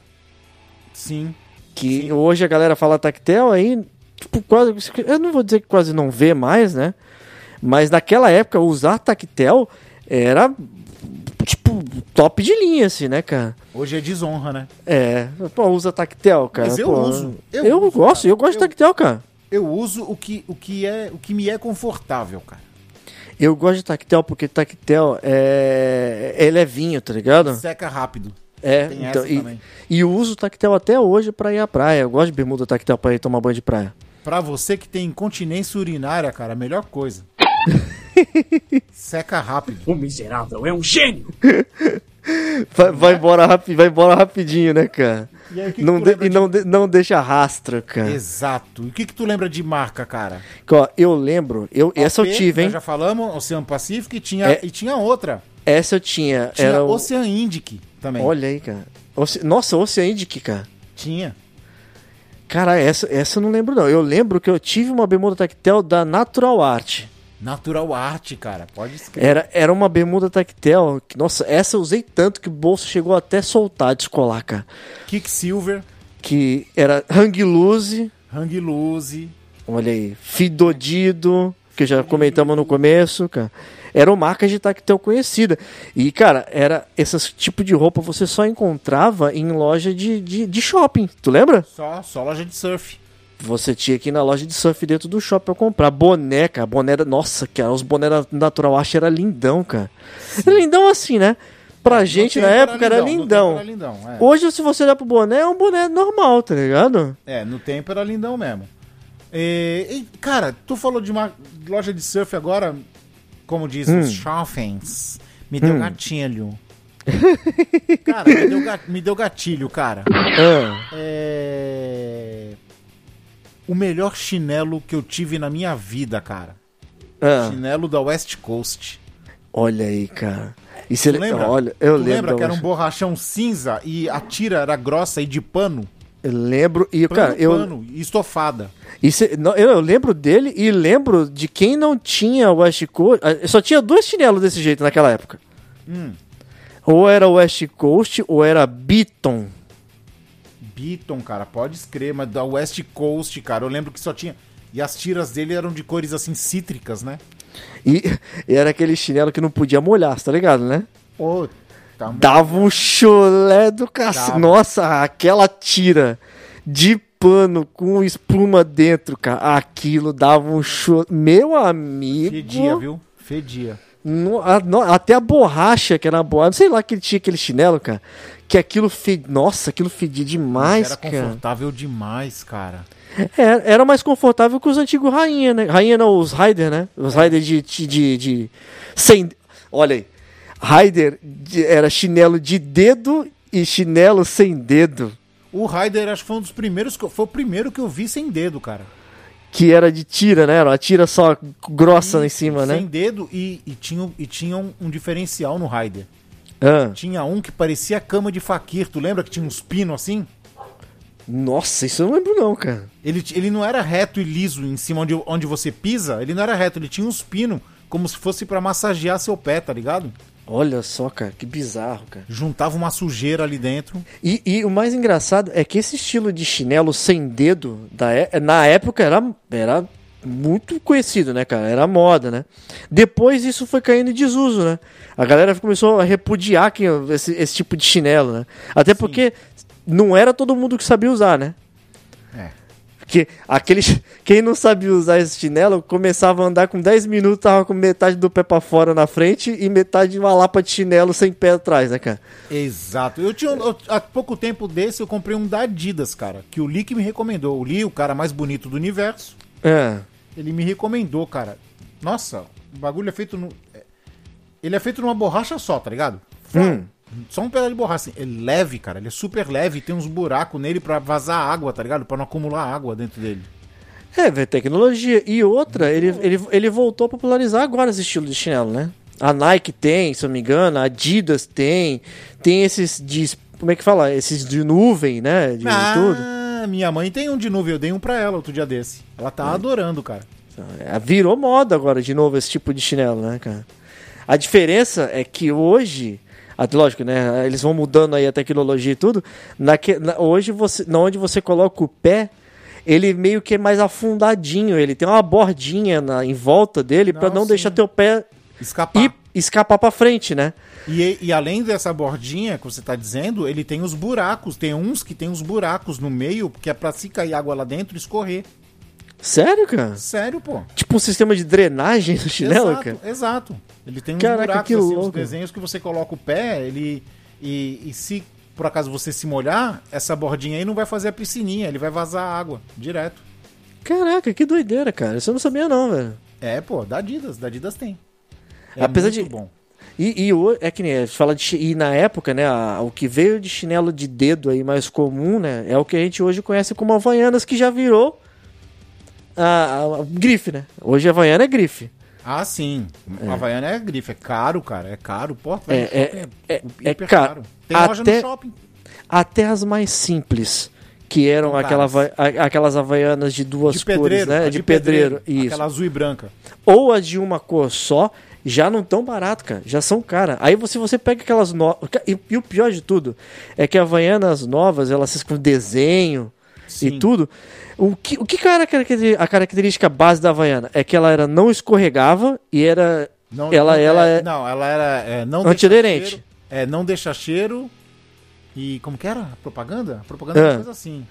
Sim. Que hoje a galera fala tactel aí, tipo, quase. Eu não vou dizer que quase não vê mais, né? Mas naquela época, usar tactel era, tipo, top de linha, assim, né, cara? Hoje é desonra, né? É, pô, usa tactel, cara. Mas eu pô. uso, eu Eu, uso, gosto, cara. eu gosto de Eu- tactel, cara. Eu uso o que, o que, é, o que me é confortável, cara. Eu gosto de tactel porque tactel é, é levinho, tá ligado? Seca rápido. É, Tem então, essa e, também. e eu uso tactel até hoje pra ir à praia. Eu gosto de bermuda tactel pra ir tomar banho de praia. Pra você que tem incontinência urinária, cara, a melhor coisa. Seca rápido. O miserável é um gênio! Vai, vai embora rapi, vai embora rapidinho, né, cara? E aí, o que que não tu de- lembra e de- não, de- não deixa rastro, cara. Exato. E o que, que tu lembra de marca, cara? Que, ó, eu lembro, eu, essa eu AP, tive, hein? nós Já falamos, Oceano Pacífico e tinha, É. e tinha outra. Essa eu tinha. Tinha era o- Ocean Indic também. Olha aí, cara. Oce... Nossa, Oceanic, cara. Tinha. Cara, essa, essa eu não lembro, não. Eu lembro que eu tive uma bermuda tactel da Natural Art. Natural Art, cara. Pode escrever. Era, era uma bermuda tactel. que- nossa, essa eu usei tanto que o bolso chegou até soltar, descolar, cara. Kicksilver, Que era hang loose, Hang Loose. olha aí, fidodido, que já comentamos no começo, cara. Eram marcas de tactel conhecida. E, cara, era esse tipo de roupa você só encontrava em loja de, de, de shopping. Tu lembra? Só, só loja de surf. Você tinha que ir na loja de surf dentro do shopping pra comprar. Boné, cara. Boné da... Nossa, cara. Os bonés da Natural Acha era lindão, cara. Lindão assim, né? Pra gente, No na tempo época, era no lindão. tempo era lindão, é. Hoje, se você olhar pro boné, é um boné normal, tá ligado? É, no tempo era lindão mesmo. E, e, cara, tu falou de uma loja de surf agora, como diz Hum. os shoppings, me deu gatilho. cara, me deu, ga- me deu gatilho, cara. Ah, É... O melhor chinelo que eu tive na minha vida, cara. ah. Chinelo da West Coast. Olha aí, cara. E você Tu lembra? Olha, eu tu lembro. lembra que da era um loja. borrachão cinza e a tira era grossa e de pano? Eu lembro. E, Pano, cara, eu, pano e estofada. E cê- não, eu, eu lembro dele e lembro de quem não tinha West Coast. ah, Só tinha dois chinelos desse jeito naquela época. Hum. Ou era West Coast ou era Beaton. Beaton, cara, pode escrever, mas da West Coast, cara. Eu lembro que só tinha. E as tiras dele eram de cores assim cítricas, né? E, e era aquele chinelo que não podia molhar, tá ligado, né? Ô, tá Dava um chulé do cacete. Dava. Nossa, aquela tira de pano com espuma dentro, cara. Aquilo dava um chulé. Meu amigo. fedia, viu? Fedia. No- a- no- até a borracha que era a borracha, sei lá que ele tinha aquele chinelo, cara. Que aquilo fed, nossa, aquilo fedia demais, era cara. confortável demais, cara. Era, era mais confortável que os antigos rainha, né? Rainha não, os Raider, né? É. Os Raider de, de, de, de- sem, olha aí, Raider de- era chinelo de dedo e chinelo sem dedo, O Raider acho que foi um dos primeiros que eu- foi o primeiro que eu vi sem dedo, cara. que era de tira, né? Era uma tira só grossa em cima, sem né? dedo e, e tinha, e tinha um, um diferencial no Raider. Ah. Tinha um que parecia cama de faquir, tu lembra que tinha uns pinos assim? Nossa, isso eu não lembro não, cara. Ele, t- ele não era reto e liso em cima onde, onde você pisa, ele não era reto, ele tinha uns pinos, como se fosse pra massagear seu pé, tá ligado? Olha só, cara, que bizarro, cara. Juntava uma sujeira ali dentro. E, e o mais engraçado é que esse estilo de chinelo sem dedo, da é- na época era, era muito conhecido, né, cara? Era moda, né? Depois isso foi caindo em desuso, né? A galera começou a repudiar quem- esse, esse tipo de chinelo, né? Até porque não era todo mundo que sabia usar, né? É. Porque aquele, chi- quem não sabia usar esse chinelo começava a andar com 10 minutos, tava com metade do pé pra fora na frente e metade de uma lapa de chinelo sem pé atrás, né, cara? Exato. Eu tinha. um- eu- há pouco tempo desse eu comprei um da Adidas, cara, que o Lee que me recomendou. O Lee, o cara mais bonito do universo, É. ele me recomendou, cara. Nossa, o bagulho é feito no. é- Ele é feito numa borracha só, tá ligado? Hum. Só um pedaço de borracha. Assim. Ele é leve, cara. Ele é super leve. Tem uns buracos nele pra vazar água, tá ligado? Pra não acumular água dentro dele. É, velho, tecnologia. E outra, ele, ele, ele voltou a popularizar agora esse estilo de chinelo, né? A Nike tem, se eu não me engano, a Adidas tem, tem esses de. Como é que fala? Esses de nuvem, né? De tudo. Hum. Ah, minha mãe tem um de nuvem. Eu dei um pra ela outro dia desse. Ela tá adorando, cara. É, Virou moda agora de novo esse tipo de chinelo, né, cara? A diferença é que hoje. ah, Lógico, né? Eles vão mudando aí a tecnologia e tudo. Naque, na- hoje, você, na onde você coloca o pé, ele meio que é mais afundadinho, ele tem uma bordinha na, em volta dele pra Não, não sim. deixar teu pé Escapar. ir, escapar pra frente, né? E, e além dessa bordinha que você tá dizendo, ele tem os buracos. Tem uns que tem os buracos no meio, que é pra se cair água lá dentro escorrer. Sério, cara? Sério, pô. Tipo um sistema de drenagem no chinelo, exato, cara? exato. Ele tem uns Caraca, buracos, que assim, uns louco. desenhos que você coloca o pé, ele. E, e se por acaso você se molhar, essa bordinha aí não vai fazer a piscininha, ele vai vazar a água direto. Caraca, que doideira, cara. Isso eu não sabia, não, velho. É, pô, da Adidas, da Adidas tem. É Apesar muito de- bom. E, e o- é que nem a gente fala de chi- e na época, né, a- o que veio de chinelo de dedo aí mais comum, né, é o que a gente hoje conhece como Havaianas, que já virou a, a- a grife, né? Hoje a Havaiana é grife. Ah, sim. A Havaiana é grife, é caro, cara, é caro. Porta É, é, é, é caro. Tem loja Até- no shopping. Até as mais simples, que eram São aquela, caras. Havai- a- aquelas Havaianas de duas De cores, pedreiro, né? a De, pedreiro, isso. Aquela azul e branca. ou as de uma cor só, já não tão barato, cara. Já são cara. Aí você, você pega aquelas novas. E, e o pior de tudo é que a Havaianas novas, elas com desenho Sim. e tudo. O que, o que cara, a característica base da Havaiana? É que ela era não escorregava e era. Não, ela, não, ela é, Não, ela era. É, não Antiaderente. deixa cheiro, É, não deixa cheiro. E como que era? A Propaganda? A propaganda é Ah. uma coisa assim.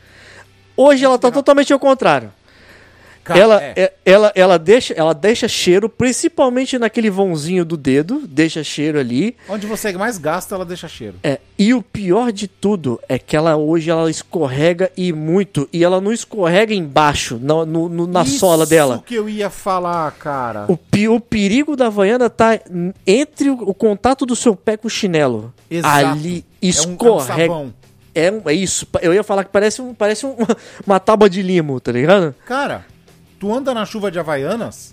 Hoje ela tá totalmente ao contrário. Cara, ela, é, é- ela, ela, deixa, ela deixa cheiro, principalmente naquele vãozinho do dedo, deixa cheiro ali. Onde você mais gasta, ela deixa cheiro. É, e o pior de tudo é que ela hoje ela escorrega e muito, e ela não escorrega embaixo, na, no- no- na sola Isso dela. que eu ia falar, cara. O, pi- o perigo da Havaiana tá n- entre o, o contato do seu pé com o chinelo. Exato. É um- Ali é um escorrega. sabão. É, um- é isso. Pa- Eu ia falar que parece, um, parece um- uma tábua de limo, tá ligado? Cara, tu anda na chuva de Havaianas,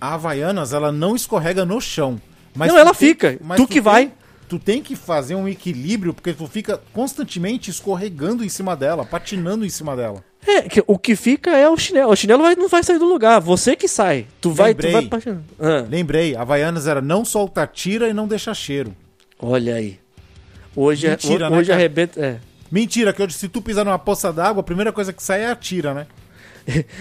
a Havaianas, ela não escorrega no chão. Mas Não, tu ela tem- fica. Tu que tem- vai. Tu tem que fazer um equilíbrio, porque tu fica constantemente escorregando em cima dela, patinando em cima dela. É, que- o que fica é o chinelo. O chinelo vai- não vai sair do lugar. Você que sai. Tu vai, tu Lembrei. vai. pra- Ah. Lembrei, Havaianas era não solta tira e não deixa cheiro. Olha aí. Hoje, é- Mentira, ho- né, hoje cara? arrebenta. é. Mentira, que hoje se tu pisar numa poça d'água, a primeira coisa que sai é a tira, né?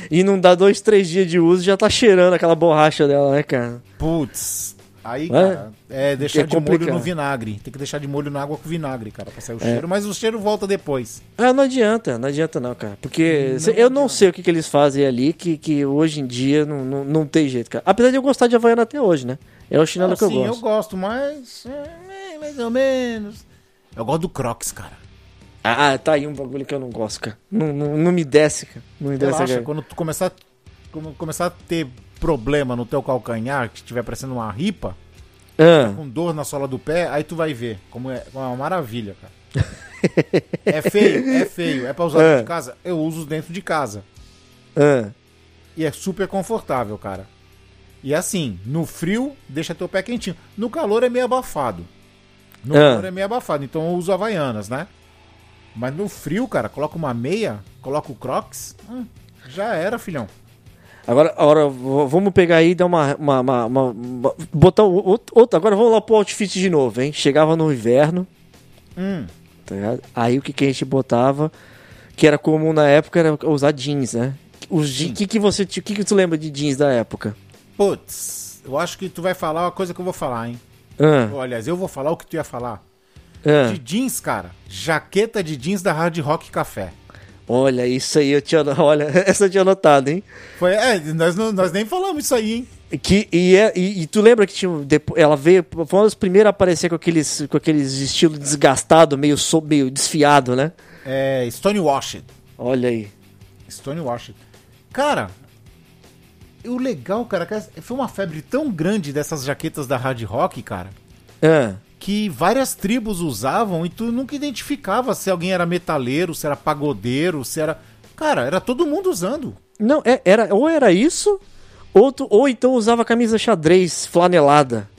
E não dá dois, três dias de uso, já tá cheirando aquela borracha dela, né, cara? Putz. Aí, É. cara, é deixar É de molho complicado. É. no vinagre. Tem que deixar de molho na água com vinagre, cara, pra sair o cheiro. Mas o cheiro volta depois. Ah, não adianta, não adianta não, cara. Porque Hum, cê- eu não sei o que, que eles fazem ali, que, que hoje em dia não, não, não tem jeito, cara. Apesar de eu gostar de Havaiana até hoje, né? É o chinelo Ah, que eu sim, gosto. eu gosto, mas. é, mais ou menos. Eu gosto do Crocs, cara. Ah, tá aí um bagulho que eu não gosto, cara. Não, não, não me desce, cara. Não me desce, Relaxa, cara. quando tu começar, quando começar a ter problema no teu calcanhar, que estiver parecendo uma ripa, Ah, com dor na sola do pé, aí tu vai ver como é, como é uma maravilha, cara. é feio, é feio. É pra usar É. dentro de casa? Eu uso dentro de casa. ah. E é super confortável, cara. E assim, no frio, deixa teu pé quentinho. No calor é meio abafado. No É. calor é meio abafado, então eu uso Havaianas, né? Mas no frio, cara, coloca uma meia, coloca o Crocs, hum, já era, filhão. Agora, agora v- vamos pegar aí e dar uma. uma, uma- uma- uma- botar o- outro, outro- Agora vamos lá pro outfit de novo, hein? Chegava no inverno. Hum. tá ligado? Aí o que, que a gente botava, que era comum na época, era usar jeans, né? Os je- que que você ti- que que tu lembra de jeans da época? Putz, eu acho que tu vai falar uma coisa que eu vou falar, hein? Ah, Ou, Aliás, eu vou falar o que tu ia falar. ah. De jeans, cara. Jaqueta de jeans da Hard Rock Café. Olha, isso aí eu tinha. Olha, essa eu tinha anotado, hein? Foi, é, nós, não- nós nem falamos isso aí, hein? Que, e, é- e, e tu lembra que tinha, um- depo- ela veio, foi uma das primeiras a aparecer com aqueles, com aqueles estilo desgastado, meio, so- meio desfiado, né? É, Stone Washed. Olha aí. Stone Washed. Cara, o legal, cara, que essa- foi uma febre tão grande dessas jaquetas da Hard Rock, cara, Ah, que várias tribos usavam e tu nunca identificava se alguém era metaleiro, se era pagodeiro, se era... Cara, era todo mundo usando. Não, é- era, ou era isso, ou, tu- ou então usava camisa xadrez flanelada.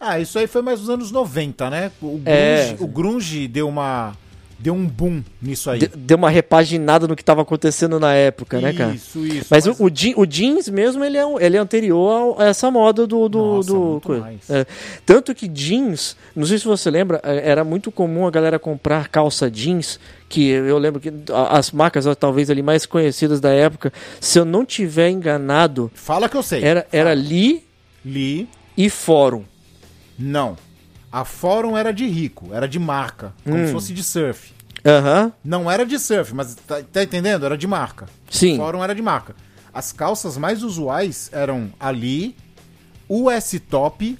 Ah, isso aí foi mais nos anos 90, né? O grunge, É. o grunge deu uma deu um boom nisso aí. De- deu uma repaginada no que tava acontecendo na época, né, cara? Isso, isso. Mas o, o je- o jeans mesmo, ele é, um- ele é anterior ao- a essa moda do. do, Nossa, do- muito coisa. mais. É. Tanto que jeans, não sei se você lembra, é, era muito comum a galera comprar calça jeans, que eu lembro que a- as marcas ó, talvez ali mais conhecidas da época, se eu não tiver enganado, Fala que eu sei. era, era Lee Li, e Fórum. não. A Fórum era de rico, era de marca, Hum. como se fosse de surf. Aham, Não era de surf, mas tá, tá entendendo? Era de marca. sim. Fórum era de marca. As calças mais usuais eram Ali, US Top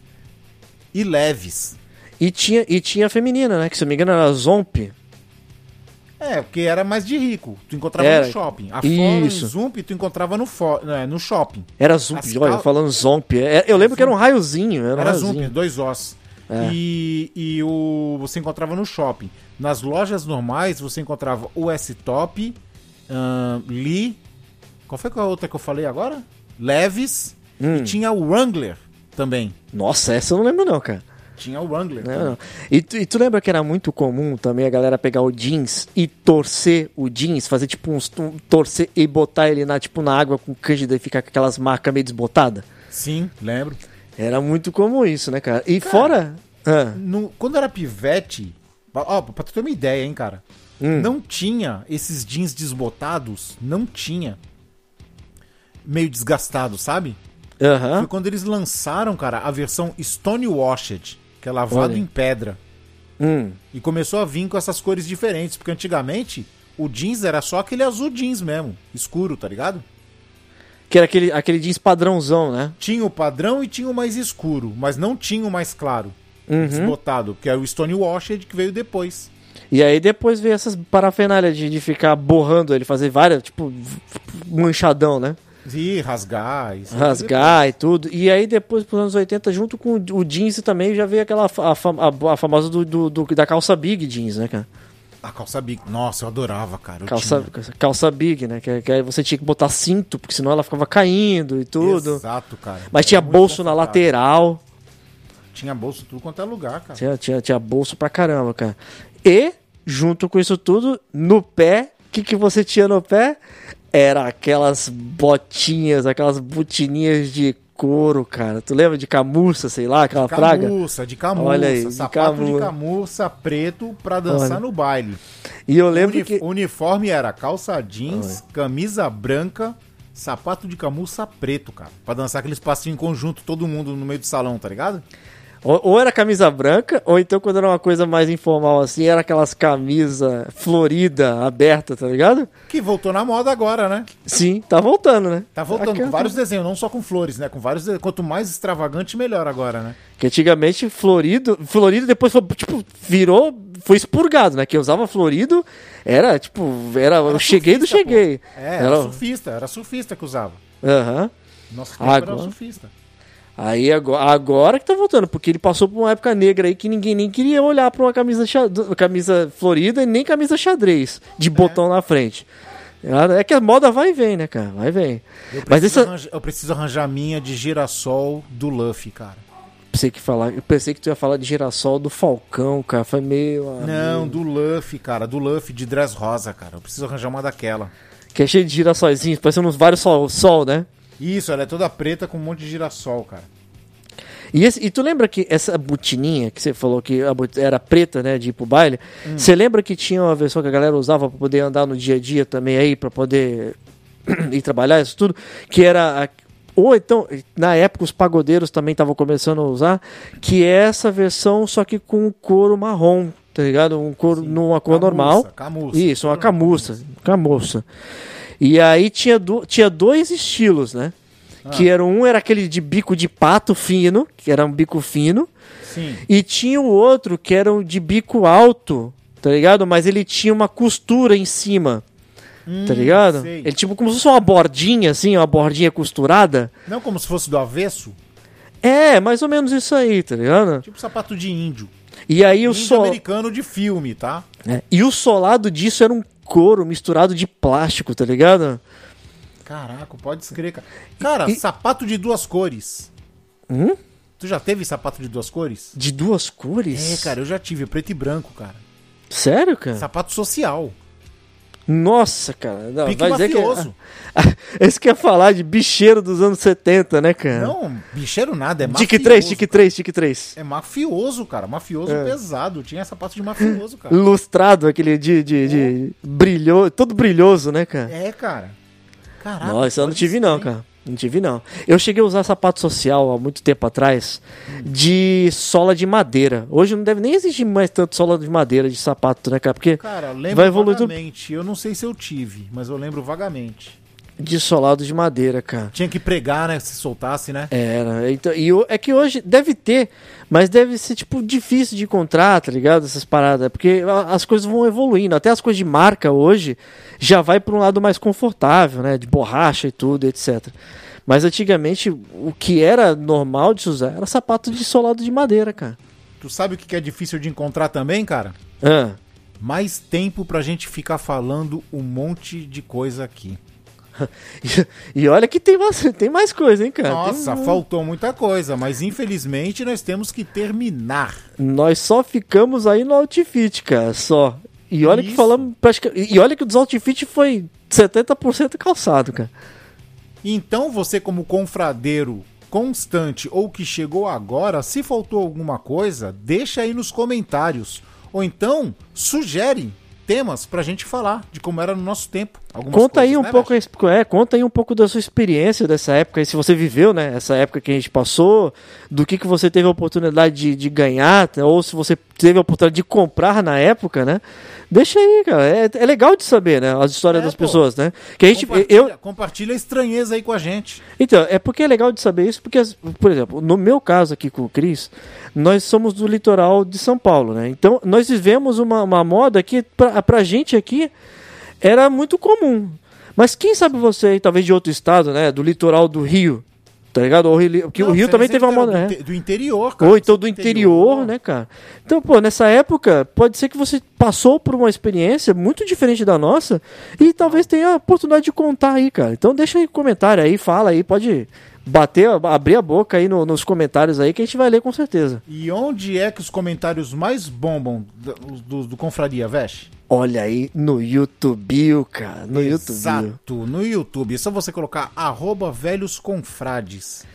e Leves. E tinha, e tinha a feminina, né? Que se eu não me engano era Zomp. É, porque era mais de rico. Tu encontrava Era. no shopping. A Fórum e Isso. Zump tu encontrava no, fo- é, no shopping. Era Zump, As olha, cal- falando Zomp. é- Eu lembro que era um raiozinho. Era, um Era raiozinho. Zump, dois Os. E, e o, você encontrava no shopping. Nas lojas normais, você encontrava US Top, ahn, Lee. Qual foi a outra que eu falei agora? Leves. E tinha o Wrangler também. Nossa, essa eu não lembro, não, cara. Tinha o Wrangler. Não, não. E, tu, e tu lembra que era muito comum também a galera pegar o jeans e torcer o jeans, fazer tipo uns um, torcer e botar ele na tipo na água com cândida e ficar com aquelas marcas meio desbotadas? Sim, lembro. Era muito comum isso, né, cara? E fora ah, No- quando era pivete, ó, pra tu ter uma ideia, hein, cara. Não tinha esses jeans desbotados, não tinha. Meio desgastado, sabe? aham. Foi quando eles lançaram, cara, a versão Stone Washed, que é lavado Olha. em pedra. hum, E começou a vir com essas cores diferentes, porque antigamente o jeans era só aquele azul jeans mesmo, escuro, tá ligado? que era aquele, aquele jeans padrãozão, né? Tinha o padrão e tinha o mais escuro, mas não tinha o mais claro, Uhum. desbotado, que é o Stone Washed que veio depois. E aí depois veio essas parafernália de, de ficar borrando ele, fazer várias, tipo, manchadão, né? E rasgar. isso aí rasgar e tudo. E aí depois, pros anos 80, junto com o jeans também, já veio aquela fa- a, fam- a- a famosa do, do- do- da calça big jeans, né, cara? A calça big. Nossa, eu adorava, cara. Eu Calça, tinha. calça big, né? Que, que aí você tinha que botar cinto, porque senão ela ficava caindo e tudo. Exato, cara. Mas tinha Era muito bolso na confortável. lateral, Tinha bolso em tudo quanto é lugar, cara. tinha, tinha, tinha bolso pra caramba, cara. E, junto com isso tudo, no pé, o que, que você tinha no pé? Era aquelas botinhas, aquelas botininhas de couro, cara. Tu lembra de camurça, sei lá, aquela praga? Camurça, de camurça, Olha aí, de sapato camurça. de camurça preto pra dançar Olha. no baile. E eu lembro Uni- que. Uniforme era calça jeans, camisa branca, sapato de camurça preto, cara. Pra dançar aquele espacinho em conjunto, todo mundo no meio do salão, tá ligado? Ou, ou era camisa branca, ou então quando era uma coisa mais informal assim, era aquelas camisas florida, aberta, tá ligado? Que voltou na moda agora, né? Sim, tá voltando, né? Tá voltando Aquela- com vários desenhos, não só com flores, né? Com vários de- Quanto mais extravagante, melhor agora, né? Que antigamente florido, florido depois foi, tipo, virou, foi expurgado, né? Quem usava florido era, tipo, era, eu cheguei do surfista, pô. cheguei. É, era, Era- surfista, era surfista que usava. Aham. Nosso tempo Agora- era surfista. Aí agora, agora que tá voltando, porque ele passou por uma época negra aí que ninguém nem queria olhar pra uma camisa, xad- camisa florida e nem camisa xadrez, de botão na frente. É que a moda vai e vem, né, cara? Vai e vem. Eu Mas é preciso, essa. arranjar, eu preciso arranjar a minha de girassol do Luffy, cara. Pensei que, falar, eu pensei que tu ia falar de girassol do Falcão, cara. Foi meio. ah, Não, do Luffy, cara. Do Luffy de dress rosa, cara. Eu preciso arranjar uma daquela. Que é cheio de girassóizinhos, parecendo uns vários sol, sol né? Isso, ela é toda preta com um monte de girassol, cara. E, esse- e tu lembra que essa botininha que você falou que a bot- era preta, né, de ir pro baile? Você lembra que tinha uma versão que a galera usava pra poder andar no dia a dia também aí, pra poder ir trabalhar, isso tudo? Que era. a- ou então, na época, os pagodeiros também estavam começando a usar, que é essa versão, só que com um couro marrom, tá ligado? Um couro numa cor Camurça, normal. camurça. Isso, uma camurça. Camurça. E aí tinha, do- tinha dois estilos, né? Que era um era aquele de bico de pato fino, que era um bico fino, Sim. e tinha o outro que era um de bico alto, tá ligado? Mas ele tinha uma costura em cima. Tá ligado? sei. Ele tipo como se fosse uma bordinha assim, uma bordinha costurada. Não como se fosse do avesso, É, mais ou menos isso aí, tá ligado? tipo sapato de índio. E aí o índio sol americano de filme, tá? é, e o solado disso era um couro misturado de plástico, tá ligado? Caraca, pode escrever, cara. Cara, E- sapato de duas cores. Hum? Tu já teve sapato de duas cores? De duas cores? É, cara, eu já tive, preto e branco, cara. Sério, cara? Sapato social. Nossa, cara. Não, Pique vai dizer que. é- mafioso. Esse que ia falar de bicheiro dos anos 70, né, cara? Não, bicheiro nada, é mafioso. Tique 3, Tique É. 3, Tique 3. É mafioso, cara. Mafioso pesado. Tinha sapato de mafioso, cara. Lustrado, aquele de. de, de brilho- todo brilhoso, né, cara? É, cara. Caraca. Nossa, eu não pode tive ser, não, hein? cara. Não tive não. Eu cheguei a usar sapato social há muito tempo atrás de sola de madeira. Hoje não deve nem existir mais tanto sola de madeira de sapato, né, cara? Porque Cara, eu lembro Vai evoluir tudo. vagamente. Eu não sei se eu tive, mas eu lembro vagamente. de solado de madeira, cara. Tinha que pregar, né? Se soltasse, né? Era. Então, e o- é que hoje deve ter, mas deve ser, tipo, difícil de encontrar, tá ligado? Essas paradas. Porque a- as coisas vão evoluindo. Até as coisas de marca hoje já vai para um lado mais confortável, né? De borracha e tudo, etc. Mas antigamente o que era normal de se usar era sapato de solado de madeira, cara. Tu sabe o que que é difícil de encontrar também, cara? Ah, Mais tempo pra gente ficar falando um monte de coisa aqui. E, e olha que tem mais, tem mais coisa, hein, cara? É, Tem um- Nossa, faltou muita coisa, mas infelizmente nós temos que terminar. Nós só ficamos aí no outfit, cara, só. E olha que Isso. falamos praticamente. E olha que o dos outfit foi 70% calçado, cara. Então você, como confradeiro constante ou que chegou agora, se faltou alguma coisa, deixa aí nos comentários. Ou então, sugere temas pra gente falar de como era no nosso tempo. Algumas conta aí coisas, um né, pouco, Beth? a- é, conta aí um pouco da sua experiência dessa época, e se você viveu, né, essa época que a gente passou, do que que você teve a oportunidade de, de ganhar, né, ou se você teve a oportunidade de comprar na época, né? Deixa aí, cara. É, é legal de saber, né, as histórias É, das pô. pessoas, né? Que a gente Compartilha, eu compartilha a estranheza aí com a gente. Então, é porque é legal de saber isso, porque, as- por exemplo, no meu caso aqui com o Cris, nós somos do litoral de São Paulo, né? Então, nós vivemos uma, uma moda que, pra, pra gente aqui, era muito comum. Mas quem sabe você aí, talvez de outro estado, né? Do litoral do Rio, tá ligado? Ou Rio- Porque Não, o Rio você também sempre teve era uma moda. Do, né? inte- do interior, cara. Ou então Você do interior, né, cara? Então, pô, nessa época, pode ser que você passou por uma experiência muito diferente da nossa e talvez tenha a oportunidade de contar aí, cara. Então deixa aí um comentário aí, fala aí, pode bater, abrir a boca aí no- nos comentários aí que a gente vai ler com certeza. E onde é que os comentários mais bombam do, do- do Confraria, Veste? Olha aí no YouTube, cara, no YouTube. Exato, no YouTube. É só você colocar arroba velhos confrades.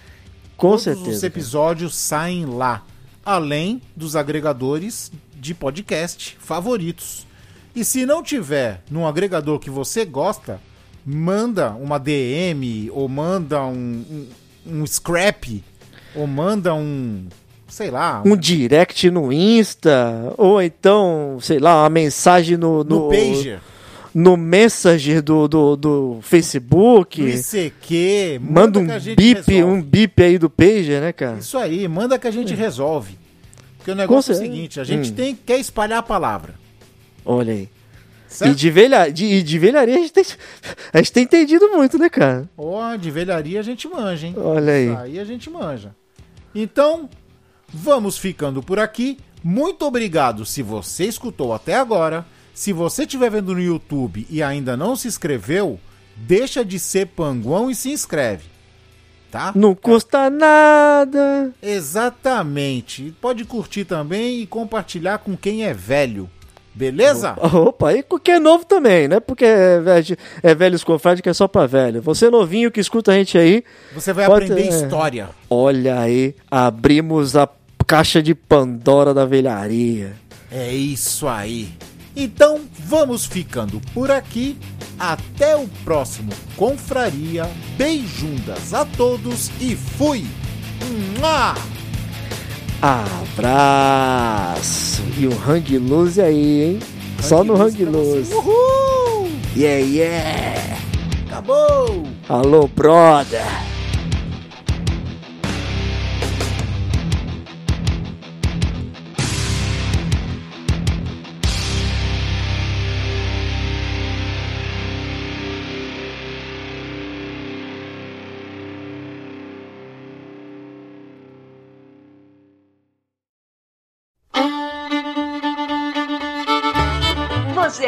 Com Todos os certeza. cara. episódios saem lá, além dos agregadores de podcast favoritos. E se não tiver num agregador que você gosta, manda uma DM ou manda um, um, um scrap ou manda um, sei lá, Um direct no Insta, ou então, sei lá, uma mensagem no. no, pager, no Messenger do, do, do Facebook. no ICQ, Manda um que a gente bip, É. resolve. um bip aí do Pager, né, cara? Isso aí, manda que a gente resolve. Porque o negócio é o certeza. seguinte, a Hum. gente tem quer espalhar a palavra. Olha aí. E Certo? de, velha, de, e de velharia a gente, tem, a gente tem entendido muito, né, cara? Ó, de velharia a gente manja, hein? Olha aí. Aí a gente manja. Então, vamos ficando por aqui. Muito obrigado se você escutou até agora. Se você estiver vendo no YouTube e ainda não se inscreveu, deixa de ser panguão e se inscreve. Tá? Não custa nada. Exatamente. E Pode curtir também e compartilhar com quem é velho. Beleza? Opa, e qualquer novo também, né? Porque é, velho, é velhos confrades que é só pra velho. Você novinho que escuta a gente aí, Você vai Pode- aprender é. história. olha aí, abrimos a caixa de Pandora da velharia. É isso aí. Então vamos ficando por aqui. Até o próximo Confraria. Beijundas a todos e fui! Mua! Abraço! E o Hang Loose aí, hein? só no tá Hang Loose. Uhul! Yeah, yeah! Acabou! Alô, brother! Você Você